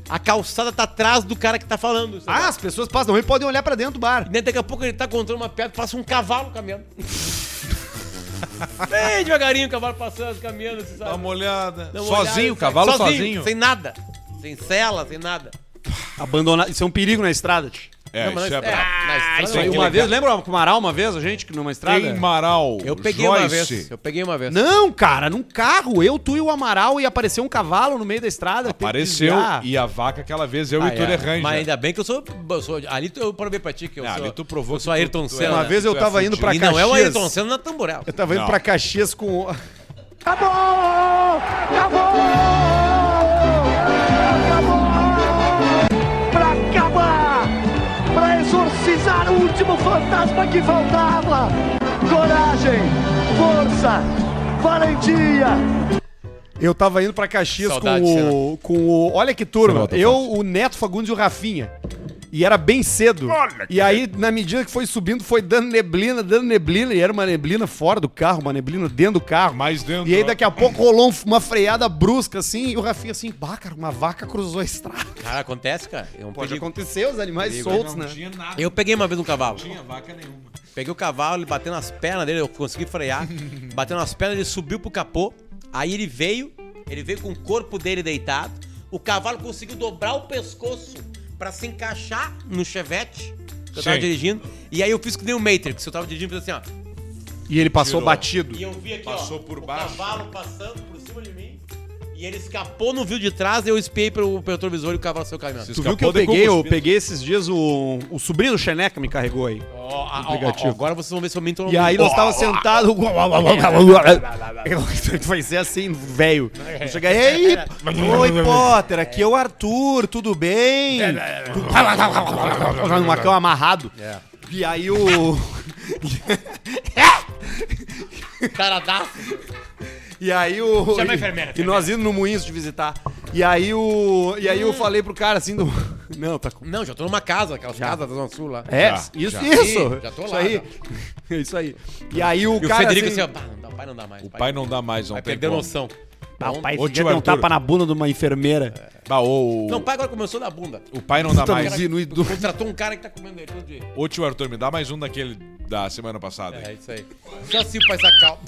a calçada tá atrás do cara que tá falando. sabe? Ah, as pessoas passam e podem olhar pra dentro do bar. E daí daqui a pouco ele tá contando uma pedra, passa um cavalo caminhando. Bem devagarinho o cavalo passando, caminhando, você sabe? Dá uma olhada. Dá uma sozinho, olhada, o cavalo sai- sozinho. Sem nada. Sem cela, sem nada. Abandonar. Isso é um perigo na estrada, tch. É, Não, mas isso nós- é brabo. na estrada Isso um não. aí, uma vez, lembra o Amaral uma vez, a gente, que numa estrada? Em Marau, Eu peguei uma vez. Eu peguei uma vez. Não, cara, num carro, eu, tu e o Amaral, e apareceu um cavalo no meio da estrada. teve que Apareceu desviar. e a vaca aquela vez, eu Ah, e Ture é. Ranger. Mas ainda bem que eu sou. eu sou- ali tu- eu provei pra ti que eu Ah, sou. ali tu provou Eu sou que tu- Ayrton tu é- Senna. Uma vez eu Tu é tava fudido. indo pra e Caxias. não é o Ayrton Senna na tamborel. Eu tava indo Não. pra Caxias com. o- Acabou! Acabou! Acabou! Pra acabar! Pra exorcizar o último fantasma que faltava! Coragem! Força! Valentia! Eu tava indo pra Caxias Saudade, com o, com o. Olha que turma. Senão Eu, eu tô o Neto Fagundes e o Rafinha. E era bem cedo. E aí, na medida que foi subindo, foi dando neblina, dando neblina. E era uma neblina fora do carro, uma neblina dentro do carro. Mais dentro. né? E aí, daqui a pouco, rolou um- uma freada brusca, assim, e o Rafinha assim, bah, cara, uma vaca cruzou a estrada. Cara, acontece, cara. É um Pode perigo. acontecer, os animais Perigo. soltos, né? nada, Eu peguei uma vez um cavalo. tinha vaca nenhuma. Peguei o cavalo, ele bateu nas pernas dele, eu consegui frear. bateu nas pernas, ele subiu pro capô. Aí ele veio, ele veio com o corpo dele deitado. O cavalo conseguiu dobrar o pescoço pra se encaixar no chevette que eu tava Sim. dirigindo. E aí eu fiz que nem o Matrix, eu tava dirigindo e fiz assim, ó. E ele passou Tirou. batido. E eu vi aqui, Passou ó, por o baixo. cavalo passando por cima de mim. E ele escapou no vio de trás, eu espiei pro retrovisor e o cavalo saiu caminhando. Tu viu que eu Escapou de peguei? Eu cuspida. peguei esses dias o, o sobrinho do Xeneca me carregou aí. Ó, ó, ó, Negativo. ó, agora vocês vão ver se eu minto ou não E aí minto. nós tava sentado. Vai ser assim, velho. Eu Chega aí, "Ei, oi Potter, aqui é o Arthur, tudo bem? Um macão amarrado. É. E aí o. Cara, dá. É? E aí o. Chama a enfermeira, Hum. E nós indo no Moinhos te visitar. E aí o. E aí eu falei pro cara assim do. Não, tá com. Não, já tô numa casa, aquelas casas da Zona Sul lá. É, Já, isso, já. isso. Ih, já tô isso lá, aí. já. É isso aí. E aí o E o cara. Federico assim, assim, ó, "Bah, não dá, o pai não dá mais. O pai não dá mais, não Vai tem perder a como. noção. "Ah, o pai esse Ô, dia tio deu um Arthur. tapa na bunda de uma enfermeira. Bah, ô, Não, o pai agora começou da bunda. o pai não dá Tá, Puta, mais. Tá, mas e no idu- Contratou um cara que tá comendo ele todo dia. Ô tio Arthur, me dá mais um daquele da semana passada. É, hein? isso aí. Só assim o pai sacal.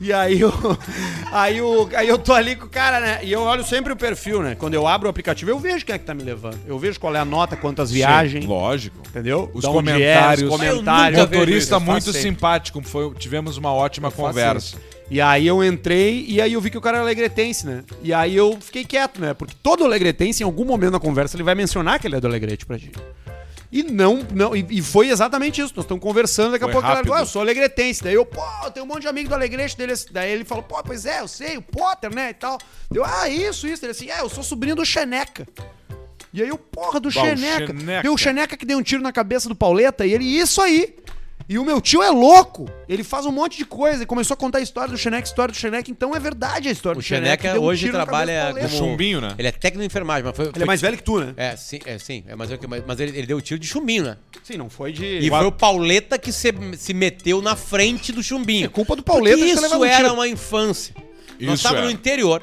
E aí eu, aí eu, aí eu tô ali com o cara, né? E eu olho sempre o perfil, né? Quando eu abro o aplicativo, eu vejo quem é que tá me levando. Eu vejo qual é a nota, quantas viagens, Sim, lógico. entendeu? Os Da onde comentários. É, os Eu comentários. nunca vejo isso, tá Motorista eu faço muito sempre. simpático, foi- tivemos uma ótima conversa. E aí eu entrei e aí eu vi que o cara era alegretense, né? E aí eu fiquei quieto, né? Porque todo alegretense, em algum momento da conversa, ele vai mencionar que ele é do Alegrete pra ti. E não, não e, e foi exatamente isso. Nós estamos conversando, daqui a Foi pouco ele rápido. fala, ah, eu sou alegretense. Daí eu, pô, eu tenho um monte de amigo do Alegrete dele. Daí ele falou, pô, pois é, eu sei, o Potter, né? E tal. Deu, ah, isso, isso. Ele assim, é, eu sou sobrinho do Xeneca. E aí eu, porra, do Bah, o Xeneca. Xeneca. Deu o Xeneca que deu um tiro na cabeça do Pauleta e ele, isso aí. E o meu tio é louco. Ele faz um monte de coisa. E começou a contar a história do Xeneca, a história do Xeneca. Então é verdade a história O do Xeneca. que Xeneca deu um hoje tiro na trabalha cabeça do como... Pauleta. chumbinho, né? Ele é técnico de enfermagem, mas foi... Ele é mais velho que tu, né? É, sim, é, sim. É mais velho que... Mas mas ele, ele deu o tiro de chumbinho, né? Sim, não foi de... E foi o Pauleta que se, se meteu na frente do chumbinho. É culpa do Pauleta Porque de ter levado isso um era tiro. é. uma infância. Nós Isso tava era. no interior,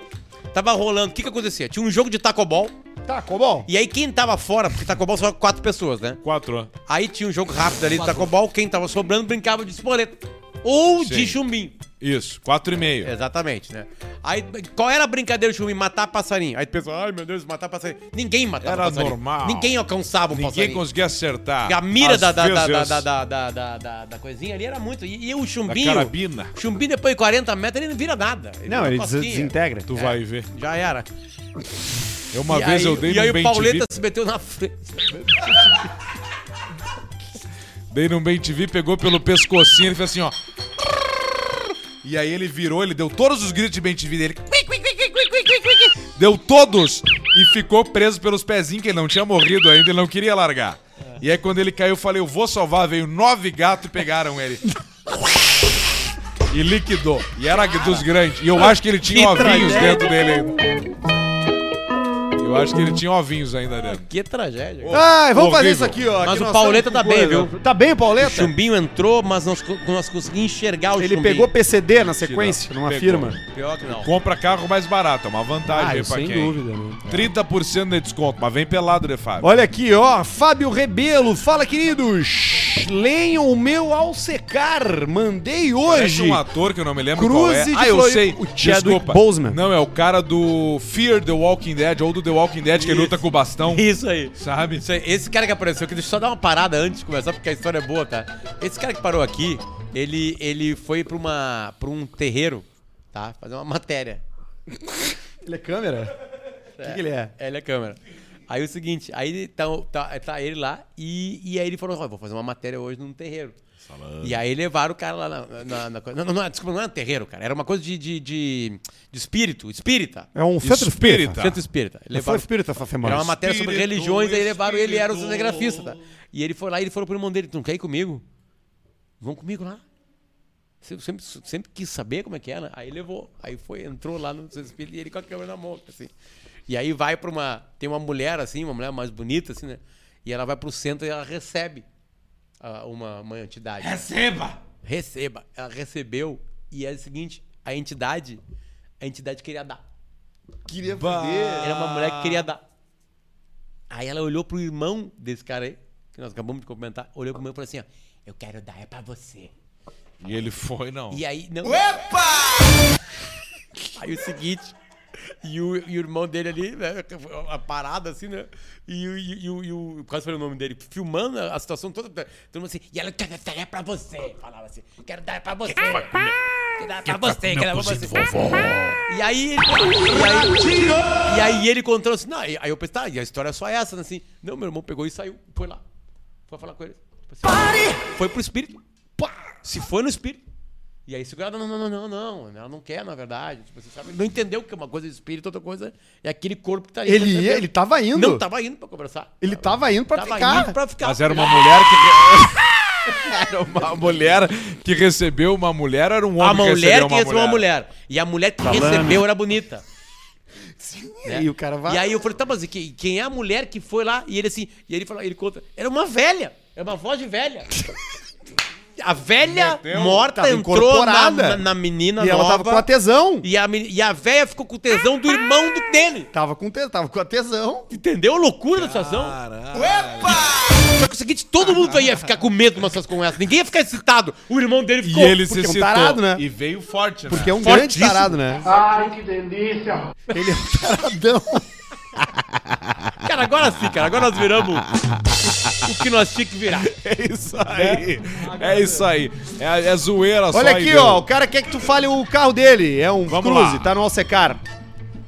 tava rolando. O que que acontecia? Tinha um jogo de tacobol. Tá, como? E aí quem tava fora, porque tacobol só quatro pessoas, né? Quatro anos. Aí tinha um jogo rápido ali de tacobol, quem tava sobrando brincava de espoleta. Ou Sim. de chumbinho. Isso, quatro e meio. Exatamente, né? Aí, qual era a brincadeira do chumbinho? Matar passarinho. Aí tu pensa, ai meu Deus, matar passarinho. Ninguém matava Era passarinho. normal. Ninguém alcançava o Ninguém passarinho. conseguia acertar. Porque a mira Às da da, da, da, vezes, da, da, da, da- da- da coisinha ali era muito. E, e o chumbinho. carabina. O chumbinho depois de 40 metros ele não vira nada. Não, vira ele cosquinha. desintegra. Tu vai ver. Já era. Eu, uma aí, vez eu dei É. e aí num o bem Pauleta TV, se meteu na frente. dei num bem TV, pegou pelo pescocinho, ele fez assim, ó. E aí ele virou, ele deu todos os gritos de bem TV dele. Deu todos e ficou preso pelos pezinhos que ele não tinha morrido ainda, ele não queria largar. E aí quando ele caiu, eu falei, eu vou salvar, veio nove gatos e pegaram ele. E liquidou. E era dos grandes. E eu acho que ele tinha Que ovinhos tragédia. dentro dele ainda. Eu Eu acho que ele tinha ovinhos ainda dentro. Que tragédia. Ai, vamos fazer isso aqui, ó. Mas Aqui o nós Pauleta estamos tá com bem, coisa. viu? Tá bem o O Pauleta? chumbinho entrou, mas nós, co- nós conseguimos enxergar o Ele chumbinho. pegou PCD na sequência, numa Pegou. firma. Pior que não. Compra carro mais barato, é uma vantagem Ah, aí isso pra sem é. quem. dúvida, né? 30% de desconto, mas vem pelado, né, Fábio? Olha aqui, ó. Fábio Rebelo. Fala, queridos. Leiam o meu ao secar. Mandei Parece hoje. um ator que eu não me lembro Cruze de qual é. Ah, eu Flori- sei. o Chadwick Desculpa. Boseman. Não, é o cara do Fear the Walking Dead ou do The Walking Dead que Isso. luta com o bastão. Isso aí. Sabe? Isso aí. Esse cara que apareceu aqui, deixa eu só dar uma parada antes de começar, porque a história é boa, tá? Esse cara que parou aqui, ele, ele foi pra, uma, pra um terreiro, tá? Fazer uma matéria. Ele é câmera? O que, que ele é? Ele é câmera. Aí o seguinte, aí tá, tá, tá ele lá e, e aí ele falou, "Ó, vou fazer uma matéria hoje num terreiro. E aí levaram o cara lá na, na- na coisa. Não, não, não, desculpa, não era um terreiro, cara. Era uma coisa de, de, de, de espírito, espírita. É um centro espírita. Centro espírita. Ele foi espírita, Fafemão. Era É uma matéria sobre Espírito, religiões, aí levaram ele, era o espírito. cinegrafista, tá? E ele foi lá e ele falou pro irmão dele, tu não quer ir comigo? Vão comigo lá. Você sempre, sempre quis saber como é que era. Aí levou. Aí foi, entrou lá no centro espírita e ele com a câmera na mão, assim. E aí vai pra uma... Tem uma mulher, assim, uma mulher mais bonita, assim, né? E ela vai pro centro e ela recebe ah, uma, uma entidade. Receba! Receba. Ela recebeu. E é o seguinte, a entidade... A entidade queria dar. Queria Era uma mulher que queria dar. Aí ela olhou pro irmão desse cara aí, que nós acabamos de comentar, olhou pro irmão e falou assim, ó, eu quero dar é pra você. E ele foi, não. E aí, não... Opa! Aí o seguinte, e o, e o irmão dele ali, né, a parada assim, né, e, o- e, o- e o... Quase falei o nome dele. Filmando a a situação toda, todo mundo assim, e ela quer dar é pra você, falava assim, quero dar é pra você. Quero dar é pra você, quero dar é pra você. E aí, ele- e aí, e aí ele contou assim, não, aí aí eu pensei, tá, e a história é só essa, né, assim. Não, meu irmão pegou e saiu, foi lá. Foi falar com ele. Tipo assim, Foi pro espírito. Pá! Se foi no espírito. E aí segurada, não, não, não, não, não, ela não quer, na verdade. Tipo, você sabe, não entendeu que uma coisa é espírito, outra coisa é aquele corpo que tá aí. Ele recebendo. ia- ele tava indo. Não, tava indo pra conversar. Ele tava indo pra Tava ficar. indo pra ficar. Mas era uma mulher que. era uma mulher que recebeu uma mulher, era um homem A mulher que recebeu recebeu uma mulher. E a mulher que recebeu era bonita. né? E o cara vai. E aí eu falei, tá, mas e que- quem é a mulher que foi lá? E ele assim, e ele falou, ele conta, era uma velha, era uma voz de velha. A velha Meteu, morta tava entrou na, incorporada. na, na menina E ela nova, tava com a tesão. e, a, meni- e a velha ficou com o tesão do irmão do- dele. Tava com, te... tava com a tesão. Entendeu a loucura da situação? Só que é o seguinte, todo mundo ia ficar com medo de uma situação como essa. Ninguém ia ficar excitado. O irmão dele E ficou. ele se porque é um citou. tarado, né? E veio forte, né? Porque é um grande Fortíssimo. tarado, né? Ai, que delícia! Ele é um taradão. Cara, agora sim, cara. Agora nós viramos o- o que nós tínhamos que virar. É isso aí. É isso aí. É, é zoeira só. Olha e aqui, deu. ó. O cara quer que tu fale o carro dele. É um Vamos Cruze, lá. tá no Alcecar.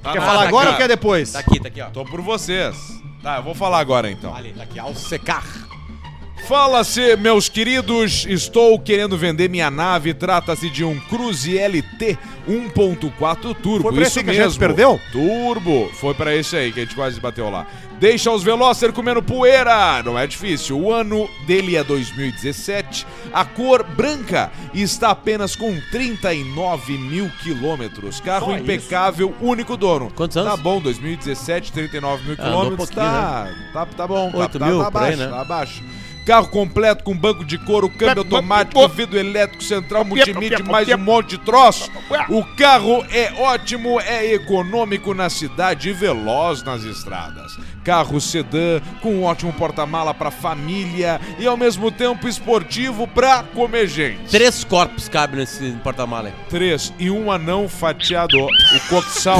Tá Quer na- falar tá agora aqui, ou quer depois? Tá aqui, tá aqui, ó. Tô por vocês. Tá, eu vou falar agora então. Ali, tá aqui, ao secar. Fala-se, meus queridos, estou querendo vender minha nave. Trata-se de um Cruze LT 1.4 Turbo. Foi pra Isso esse que a mesmo. gente perdeu? Turbo. Foi pra esse aí que a gente quase bateu lá. Deixa os Velocer comendo poeira. Não é difícil. O ano dele é 2017. A cor branca e está apenas com 39 mil quilômetros. Carro impecável, único dono. Quantos anos? Tá bom, 2017, 39 mil Ah, andou um quilômetros. pouquinho, tá, né? tá, tá bom. tá- Oito tá, mil, tá por aí, abaixo, né? tá abaixo. Carro completo com banco de couro, câmbio automático, vidro elétrico, central multimídia, mais um monte de troço. O carro é ótimo, é econômico na cidade e veloz nas estradas. Carro sedã com um ótimo porta-mala pra família e ao mesmo tempo esportivo pra comer gente. Três corpos cabem nesse porta-mala aí. Três e um anão fatiado. O coxal,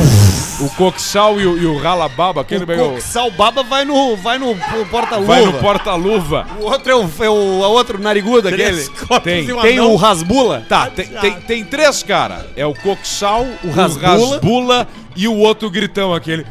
o coxal e o, e o ralababa, aquele O meio- Coxal Baba vai no, vai no pro porta-luva. vai no porta-luva. O outro é o, é o é outro narigudo aquele. Três corpos Tem- e um Tem anão. o Rasbula. Tá, tem, tem, tem três, cara. É o Coxal, o Rasbula. Rasbula, e o outro gritão aquele.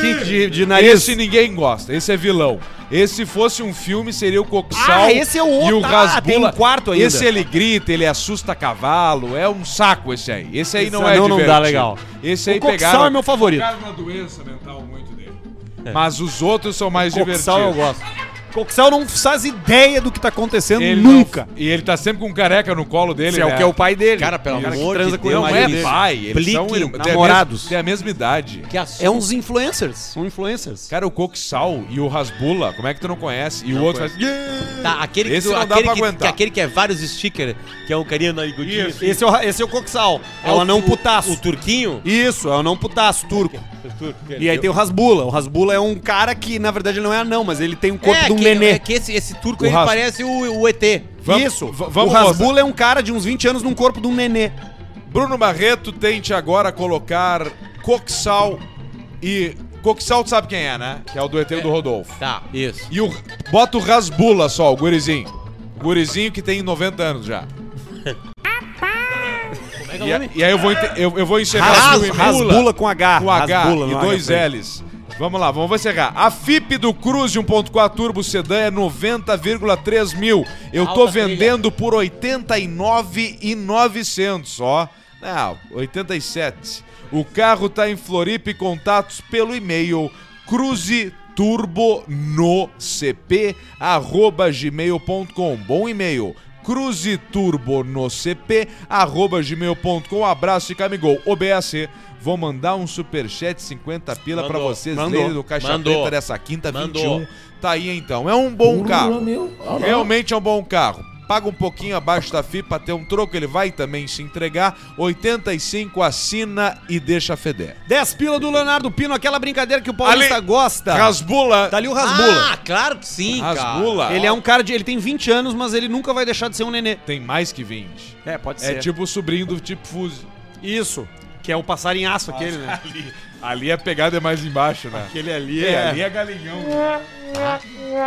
Que de, de nariz. Esse ninguém gosta, esse é vilão. Esse fosse um filme, seria o Coxal Ah, esse é o e outro. o Ah, Rasbula. tem um quarto ainda. Esse ele grita, ele assusta cavalo, é um saco esse aí. Esse aí Esse não é anão não dá divertido. legal. Esse aí o Coxal pegaram... é meu favorito. Pegaram uma doença mental muito dele. Mas os outros são mais Coxal divertidos. eu gosto. Coxel não faz ideia do que tá acontecendo nunca. não- e ele tá sempre com um careca no colo dele. né? Esse é o que é o pai dele. Cara, pelo O cara que amor transa de com ele. Deus. Não é Explique, pai. Eles são irm- tem a mes- namorados. Tem a mesma idade. Que assunto. um É uns influencers. São influencers. Cara, o Coxal e o Rasbula, como é que tu não conhece? E o outro faz. Tá, aquele, Esse que, não dá aquele pra que- aguentar. que- aquele que é vários stickers, que é o carinha narigudinho. assim. Esse é, o, esse é o Coxal. É Ah, o anão tu- putaço. O turquinho? Isso, é o anão putaço turco. E aí tem o o Rasbula. O Rasbula é um cara que, na verdade, ele não é anão, mas ele tem um corpo é, de um que, nenê. É que esse, esse turco, O ele Ras- parece o, o ET. Vamos- Isso. v- vamos o Rasbula é um cara de uns 20 anos num corpo de um nenê. Bruno Barreto tente agora colocar Coxal e. Coxal tu sabe quem é, né? Que é o do ET do Rodolfo. Tá, isso. E o. Bota o Rasbula só, o gurizinho. O gurizinho que tem 90 anos já. Como é que é o E, a- nome? e aí eu vou, ente- eu, eu vou encerrar Ras- o e-mail. Rasbula com H. com H Rasbula, e não é dois H, foi. L's. Vamos lá, vamos encerrar. A FIP do Cruze 1.4 Turbo Sedã é 90,3 mil. Eu tô Alta trilha. vendendo por 89,900, ó. Não, 87. O carro tá em Floripa e contatos pelo e-mail cruze turbo no cp arroba gmail.com. Bom e-mail. Cruze Turbo no CP, arroba gmail.com. Abraço e camigol. OBS, vou mandar um superchat 50 pila pra Mandou, vocês mandou, lerem do Caixa mandou. Preta né? dessa quinta, Mandou. 21. Tá aí então. É um bom carro. Realmente é um bom carro. Paga um pouquinho abaixo da FIP pra ter um troco, ele vai também se entregar. 85, assina e deixa feder. 10 pila do Leonardo Pino, aquela brincadeira que o Paulista Ali- gosta. Rasbula! Tá ali o Rasbula. Ah, claro que sim, cara. Rasbula! ele é um cara de. Ele tem 20 anos, mas ele nunca vai deixar de ser um nenê. Tem mais que 20. É, pode É tipo o sobrinho do tipo Fuse. Isso. Que é o passarinhaço aquele, né? Ali, ali a pegada é mais embaixo, né? Aquele ali Ali é galinhão.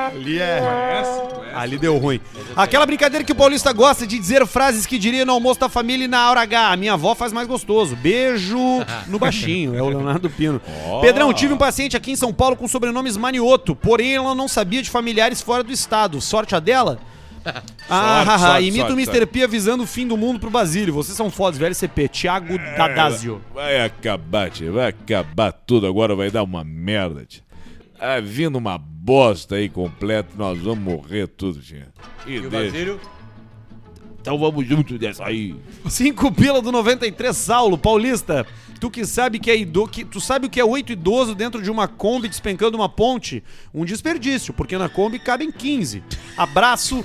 Ali é. Conhece? Conhece? Ali deu ruim. Aquela brincadeira que o paulista gosta de dizer frases que diria no almoço da família e na hora H. A minha avó faz mais gostoso. Beijo no baixinho. É o Leonardo Pino. Pedrão, tive um paciente aqui em São Paulo com sobrenomes Manioto, porém ela não sabia de familiares fora do estado. Sorte a dela? Ah, Sorte, haha, sorte, imita sorte, o Mr. sorte. P avisando o fim do mundo pro Basílio. Vocês são fodas, velho CP. Thiago É. Dadazio. Vai acabar, tio. Vai acabar tudo agora, vai dar uma merda, tio. Tá vindo uma bosta aí completa, nós vamos morrer tudo, tio. E, E o deixa. Basílio? Então vamos junto dessa aí. Cinco pila do 93, Saulo, paulista. Tu que sabe que é ido... que tu sabe o que é oito idoso dentro de uma Kombi despencando uma ponte? Um desperdício, porque na Kombi cabem 15. Abraço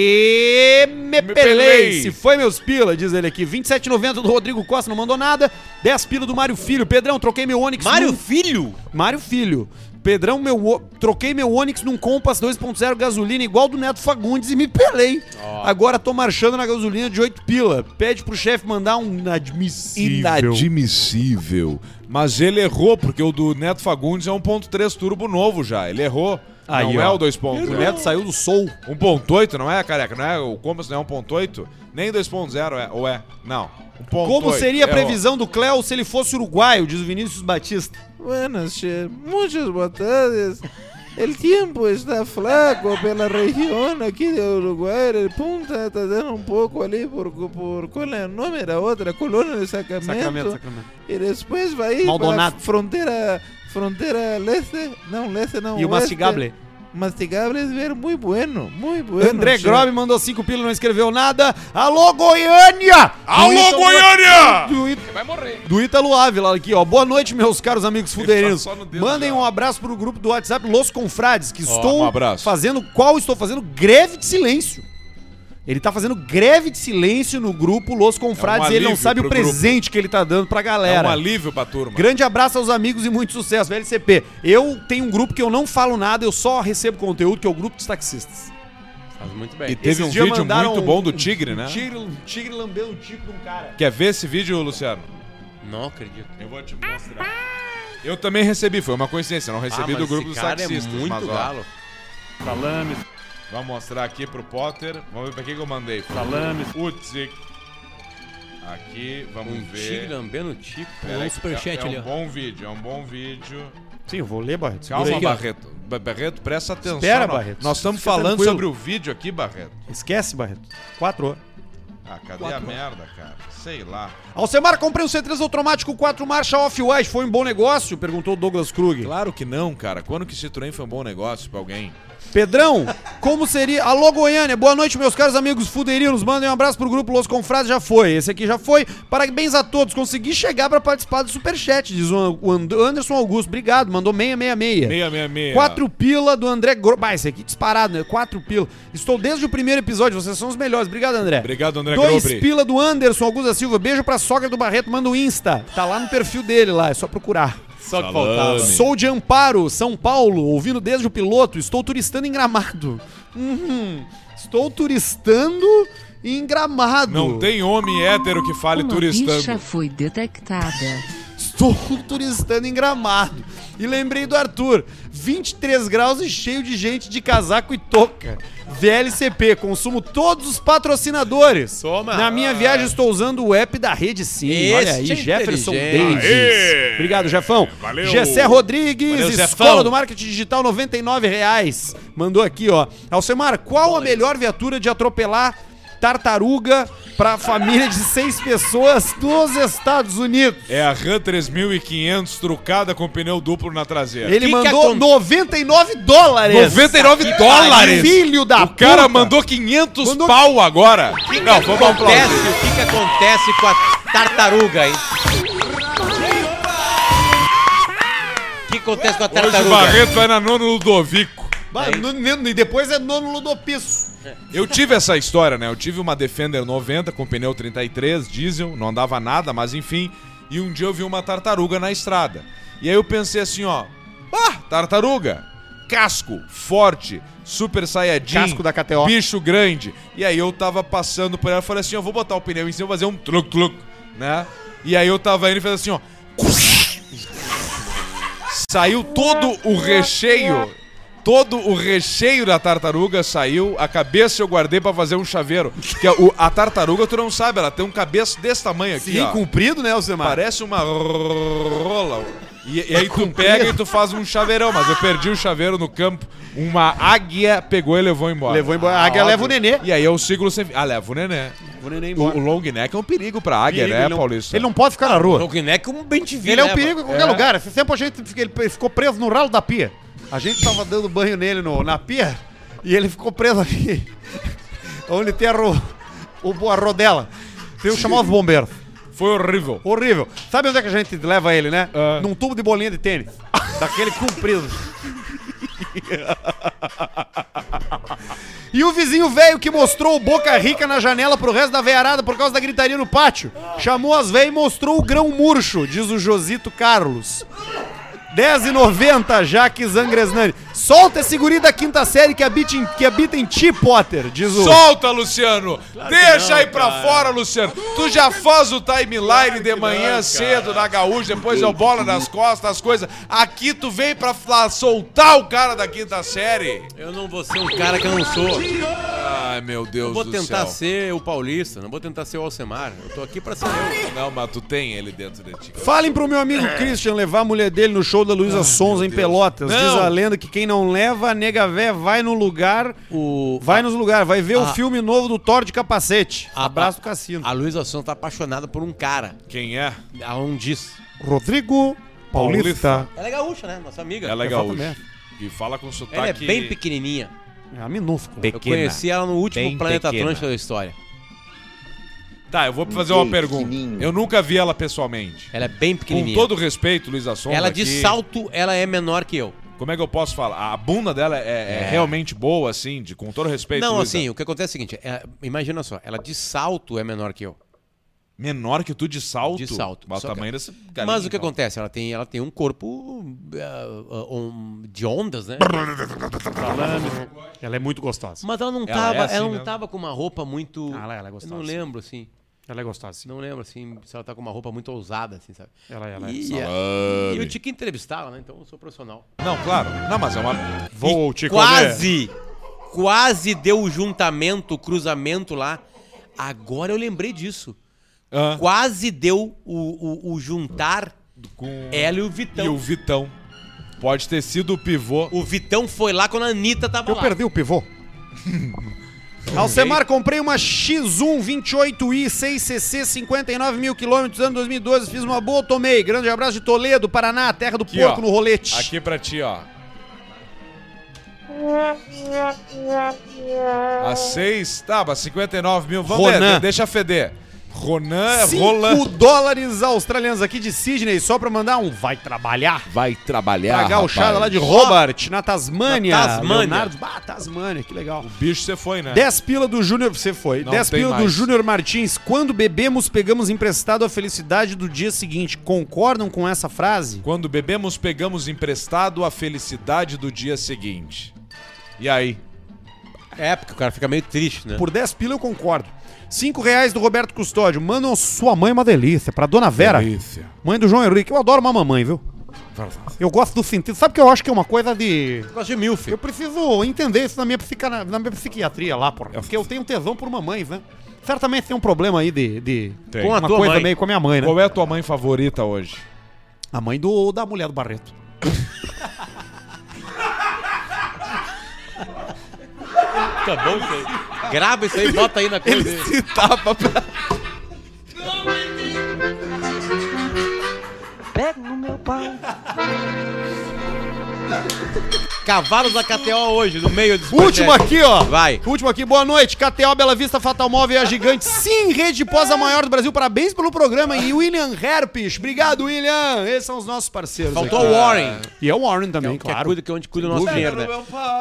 e me pelei. Se foi meus pila, diz ele aqui. 27,90 do Rodrigo Costa, não mandou nada. 10 pila do Mário Filho. Pedrão, troquei meu Onix. Mário num- Filho? Mário Filho. Pedrão, meu o- troquei meu Onix num Compass 2.0 gasolina igual do Neto Fagundes e me pelei. Agora tô marchando na gasolina de 8 pila. Pede pro chefe mandar um inadmissível. Inadmissível. Mas ele errou, porque o do Neto Fagundes é 1.3 turbo novo já. Ele errou. Aí, não é ó. o 2. O Neto saiu do Sol. 1.8, não é, careca? Não é? O Compass não é 1.8? Nem 2.0 é, ou é? Não. 1.8. Como seria a Errou. previsão do Cléo se ele fosse uruguaio, diz o Vinícius Batista. Buenas, che. muchas boas tardes. El tiempo está flaco pela región aquí de Uruguay. El punta está dando un poco ali por, por ¿cuál es el nombre? La otra colonia de Sacramento. Sacramento, Sacramento. Y después va a ir Maldonado. para frontera, frontera leste. No, leste no. E oeste. o Mastigable. Mastigable es ver muy bueno, muy bueno. André che. Grobe mandou 5 pila e não escreveu nada. Alô, Goiânia! Alô, Do Ítalo- Goiânia! Do Ítalo- Você vai morrer. Do Ítalo Ávila aqui, ó. Boa noite, meus caros amigos fudeirinhos. só no dedo Mandem já. um abraço pro grupo do WhatsApp Los Confrades, que estou um abraço. fazendo. Qual estou fazendo? Greve de silêncio. Ele tá fazendo greve de silêncio no grupo Los Confrades É um e ele não alívio sabe o pro grupo. presente que ele tá dando pra É um galera. alívio pra turma. Grande abraço aos amigos e muito sucesso, VLCP. Eu tenho um grupo que eu não falo nada, eu só recebo conteúdo, que é o grupo dos taxistas. Faz muito E bem. teve Esses um dias vídeo mandaram muito bom do Tigre, né? Um tigre, um tigre lambeu o tico de um cara. Quer ver esse vídeo, Luciano? Não acredito. Eu vou te mostrar. Eu também recebi, foi uma coincidência, não recebi Ah, é do mas grupo esse dos cara taxistas. É muito mas, ó, galo. Vamos mostrar aqui pro Potter. Vamos ver pra quem que eu mandei. Salame. Utzik. Aqui, vamos Um ver. tigre lambendo o tico. Peraí, Olha o superchat é, é ali, um ó. bom vídeo, é um bom vídeo. Sim, eu vou ler, Barreto. Calma, Segura aí, ó. Barreto. Ba- Barreto, presta atenção. Espera, nó- Barreto. Nós estamos Fica falando tranquilo. sobre o vídeo aqui, Barreto. Esquece, Barreto. Quatro. Ah, cadê a Quatro. merda, cara? Sei lá. Alcemar, comprei um C3 automático 4 marcha off-white. Foi um bom negócio? Perguntou o Douglas Krug. Claro que não, cara. Quando que Citroën foi um bom negócio pra alguém? Pedrão, como seria. Alô, Goiânia, boa noite, meus caros amigos fuderinos. Mandem um abraço pro grupo Los Confrades, já foi. Esse aqui já foi. Parabéns a todos, consegui chegar pra participar do superchat, diz o o And- Anderson Augusto. Obrigado, mandou 666. 666. É. Quatro pila do André Gro... Bah, esse aqui disparado, né? Quatro pila. Estou desde o primeiro episódio, vocês são os melhores. Obrigado, André. Obrigado, André Dois Grobri. pila do Anderson Augusto da Silva. Beijo pra sogra do Barreto, manda o Insta. Tá lá no perfil dele lá, é só procurar. Só que Salame. faltava. Sou de Amparo, São Paulo, ouvindo desde o piloto, estou turistando em Gramado. Uhum, estou turistando em Gramado. Não tem homem hétero que fale Uma bicha turistando. foi detectada. Estou um turistando em Gramado. E lembrei do Arthur, 23 graus e cheio de gente de casaco e touca. VLCP, consumo todos os patrocinadores. Soma. Na minha viagem estou usando o app da Rede Sim. Olha aí, Este é Jefferson inteligente. Davis. Obrigado, Jefão. valeu. Gessé Rodrigues, Valeu, Zefão. Escola do Marketing Digital, R$ 99 reais. Mandou aqui, ó. Alcemar, qual a melhor viatura de atropelar tartaruga para família de seis pessoas nos Estados Unidos? É a Ram 3500 trucada com pneu duplo na traseira. Ele que mandou acon- 99 dólares. 99 dólares! Filho da O cara mandou 500 Mandou- pau agora. Não, vamos um acontece, aplaudir. o que, que acontece com a tartaruga, hein? O que acontece com a Hoje o tartaruga? Barreto vai na nona Ludovico. Bah, no- no- E depois é nono Ludopisso. Eu tive essa história, né? Eu tive uma Defender 90 com pneu 33, diesel, não andava nada, mas enfim. E um dia eu vi uma tartaruga na estrada. E aí eu pensei assim, ó. Ah, tartaruga! Casco, forte, super saiyajin. Casco da KTO. Bicho grande. E aí eu tava passando por ela e falei assim, ó, vou botar o pneu em cima e fazer um truc truc, né? E aí eu tava indo e fez assim, ó. Saiu todo o recheio. Todo o recheio da tartaruga saiu. A cabeça eu guardei pra fazer um chaveiro. Que a, o- a tartaruga, tu não sabe, ela tem um cabeça desse tamanho aqui, ó. comprido, né, Alcemar? Parece uma rola. E, e aí tu pega e tu faz um chaveirão, mas eu perdi o chaveiro no campo. Uma águia pegou e levou embora. Levou embora. A águia leva o nenê. E aí é o ciclo sem fim. Ah, leva o nenê. O nenê O, o long neck é um perigo pra águia, Perigo, né, ele não- Paulista? Ele não pode ficar na rua. O Guineco é um bem te vi, Ele é né, um perigo em qualquer É. lugar. Esse tempo a gente fica- ele ficou preso no ralo da pia. A gente tava dando banho nele no, na pia e ele ficou preso ali. Onde tem a, ro, o, a rodela. Tem que chamar os bombeiros. Foi horrível. Horrível. Sabe onde é que a gente leva ele, né? Ah. Num tubo de bolinha de tênis. Daquele comprido. E o vizinho velho que mostrou o Boca Rica na janela pro resto da veiarada por causa da gritaria no pátio. Chamou as veias e mostrou o grão murcho, diz o Josito Carlos. 10,90, Jaques Angresnani. Solta esse guri da quinta série que habita em, que habita em ti, Potter, diz o... Solta, Luciano! Deixa aí pra fora, Luciano! Tu já faz o timeline de manhã cedo na gaúcha, depois é o bola nas costas, as coisas. Aqui tu vem pra fa- soltar o cara da quinta série. Eu não vou ser um cara que eu não sou. Ai, meu Deus Eu vou do tentar céu. ser o Paulista, não vou tentar ser o Alcemar. Eu tô aqui pra ser eu. Não, mas tu tem ele dentro de ti. Falem pro meu amigo Christian levar a mulher dele no show da Luísa Sonza em Pelotas. Não. Diz a lenda que quem não leva, a nega véia vai no lugar. O... Vai nos lugares, vai ver o Ah. filme novo do Thor de capacete. Ah, Abraço ah. do cassino. A Luísa Sonza tá apaixonada por um cara. Quem é? Aonde diz. Rodrigo Paulista. Ela é gaúcha, né? Nossa amiga. Ela é Exato gaúcha. mesmo. E fala com Ela é sotaque... bem pequenininha. É a minúscula. Eu conheci ela no último Bem Planeta pequena. Atlântico da história. Tá, eu vou fazer uma Bem pergunta. pequenininho. Eu nunca vi ela pessoalmente. Ela é bem Com pequenininha. todo respeito, Luiz Assunto. Ela de salto, ela é menor que eu. Como é que eu posso falar? A bunda dela é, é É. realmente boa, assim, de, com todo respeito, não, Luísa. assim, o que acontece é o seguinte, é, imagina só, ela de salto é menor que eu. Menor que tu de salto? De salto. Mas o Só que- é. tamanho desse é Mas o que acontece? Ela tem, ela tem um corpo ah, ah, um- de ondas, né? Ela é muito gostosa. Mas ela não Ela é tava, ela, assim não mesmo? tava com uma roupa muito. Ah, ela- ela é Eu gostosa. Não lembro assim. Ela é gostosa, sim. Não lembro assim se ela tá com uma roupa muito ousada assim, sabe? Ela, ela é E, gostosa. é- e eu tinha que entrevistá-la, né? Então eu sou profissional. Não, claro. Não, mas é uma... Vou te Quase! Quase deu o juntamento, o cruzamento lá. Agora eu lembrei disso. Ah, Quase deu o, o- o juntar com... ela e o Vitão. E o Vitão. Pode ter sido o pivô. O Vitão foi lá quando a Anitta tava Eu lá. perdi o pivô. Alcemar, comprei uma X1 28i 6cc 59 mil quilômetros, ano 2012. Fiz uma boa, tomei. Grande abraço de Toledo, Paraná, terra do Aqui, porco ó. no rolete. Aqui pra ti, ó. A 6, tá, mas 59 mil. Vamos Ronan. ver, deixa feder. Ronan, é 5 Roland. dólares australianos aqui de Sydney, só pra mandar um vai trabalhar. Vai trabalhar. Pra gauchada Ah, rapaz. lá de Hobart, na Tasmânia. Na Tasmânia. Leonardo- Ah, Tasmânia, que legal. Bicho, você foi, né? 10 pila do Júnior, você foi. Não 10 tem pila do mais. Júnior Martins. Quando bebemos, pegamos emprestado a felicidade do dia seguinte. Concordam com essa frase? Quando bebemos, pegamos emprestado a felicidade do dia seguinte. E aí? É, porque o cara fica meio triste, né? Por 10 pila eu concordo. 5 reais do Roberto Custódio. Mano, sua mãe é uma delícia. Pra dona Vera, Delícia. mãe do João Henrique. Eu adoro uma mamãe, viu? Eu gosto do sentido. Sabe que eu acho que é uma coisa de. Gosto de milf. Eu preciso entender isso na minha, psica- na minha psiquiatria lá, porra. Porque eu tenho tesão por mamães, né? Certamente tem um problema aí de. de Tem. uma Com a tua coisa mãe. meio com a minha mãe, né? Qual é a tua mãe favorita hoje? A mãe do, da mulher do Barreto. Tá bom isso aí. Grava isso aí, bota aí na coisa. dele. se tapa pra... Pega no meu pau. Cavalos da KTO hoje, no meio do Último aqui, ó. é. Vai. Último aqui, boa noite. KTO Bela Vista Fatal Móvel e a Gigante. Sim, rede pós a maior do Brasil. Parabéns pelo programa. E William Herpes. Obrigado, William. Esses são os nossos parceiros. Faltou aqui. o Warren. E é o Warren também, Que claro. cuida, que é onde cuida o nosso dinheiro, né?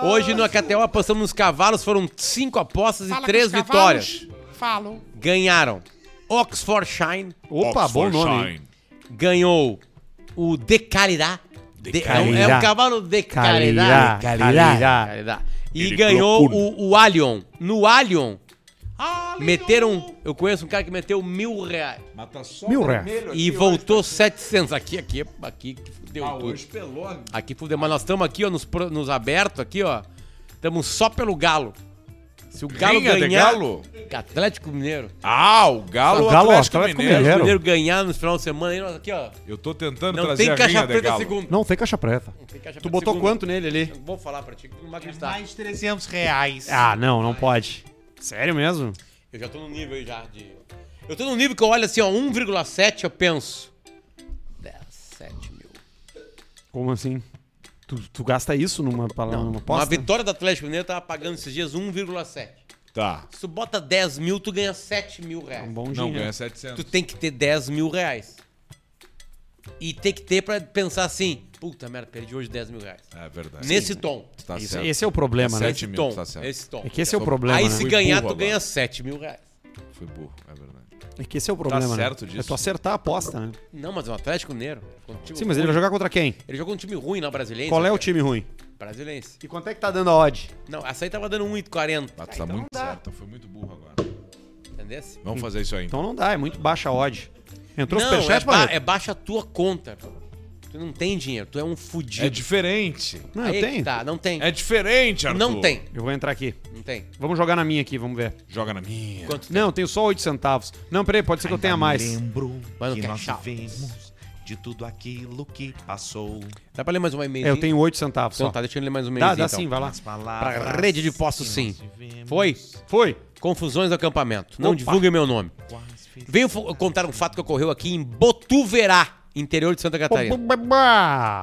Hoje no KTO apostamos nos cavalos, foram cinco apostas e três vitórias. Falo. Ganharam Oxfordshire, Opa, bom nome. hein? ganhou o Decarirá. De- é um- É Carirá. um cavalo de Carirá, Carirá. Carirá. Carirá. E ganhou o, o Allion. No Allion, meteram. Eu conheço um cara que meteu mil reais. Mata só Mil o reais. vermelho E aqui, voltou 700. Aqui, aqui, aqui que fudeu ó. Ah, tudo. hoje pelou. né? Aqui fudeu. Mas nós estamos aqui, ó, nos, pro- nos abertos aqui, ó. Estamos só pelo Galo. Se o Galo Rinha é de ganhar... Galo? Atlético Mineiro. Ah, o Galo, O Galo, Atlético Atlético Mineiro. Mineiro. Atlético Mineiro ganhar no final de semana. aí nós Aqui, ó. Eu tô tentando Não trazer tem a rinha caixa de preta Galo. segunda. Não tem caixa preta. Tem caixa Tu preta botou segunda. quanto nele ali? Eu Vou falar pra ti que tu não vai acreditar. Mais 300 reais. Ah, não, não pode. Sério mesmo? Eu já tô num nível aí já de... Eu tô num nível que eu olho assim, ó. 1,7 eu penso. 10, 7 mil. Como assim? Tu, tu gasta isso numa palavra, numa Uma aposta? vitória do Atlético Mineiro tava pagando esses dias 1,7. Tá. Se tu bota 10 mil, tu ganha 7 mil reais. Um bom Não, dinheiro. ganha Tu 700. tem que ter 10 mil reais. E tem que ter pra pensar assim: puta merda, perdi hoje 10 mil reais. É verdade. Nesse tom. Tá Esse, certo. esse é o problema, né? Sete Esse mil, tom. tá certo. Esse tom. É que esse é o Foi- problema, Aí né? se Fui ganhar, burro tu ganha agora. 7 mil reais. Foi burro, é verdade. É que esse é o problema, né? certo disso. É tu acertar a aposta, né? Não, mas é um Atlético Mineiro. um time Sim, mas ruim. ele vai jogar contra quem? Ele jogou um time ruim na Brasileira. Qual é o time ruim? Brasilense. E quanto é que tá dando a odd? Não, essa aí tava dando 1,40. Ah, tu tá muito certo. Foi muito burro agora. Entendeu? Vamos fazer isso aí. Então não dá, é muito baixa a odd. Entrou não, superchat, é, Barreto? ba é baixa a tua conta. Tu não tem dinheiro, tu é um fudido. É diferente. Não, Aí eu que tenho. Tá, não tem. É diferente, Arthur. não tem. Eu vou entrar aqui. Não tem. Vamos jogar na minha aqui, vamos ver. Joga na minha. Quanto Não, tenho só 8 centavos. Não, peraí, pode ser que eu tenha mais. Lembro Mas é não que quer nós tchau. vivemos de tudo aquilo que passou. Dá pra ler mais uma e-mail? É, eu tenho 8 centavos Então só. tá, deixa eu ler mais um Dá, e-mailzinho. dá então. sim, vai lá. Pra rede de postos, sim. Foi? Foi. Confusões do acampamento. Não Opa. divulguem meu nome. Venho fo- contar um fato que ocorreu aqui em Botuverá, interior de Santa Catarina.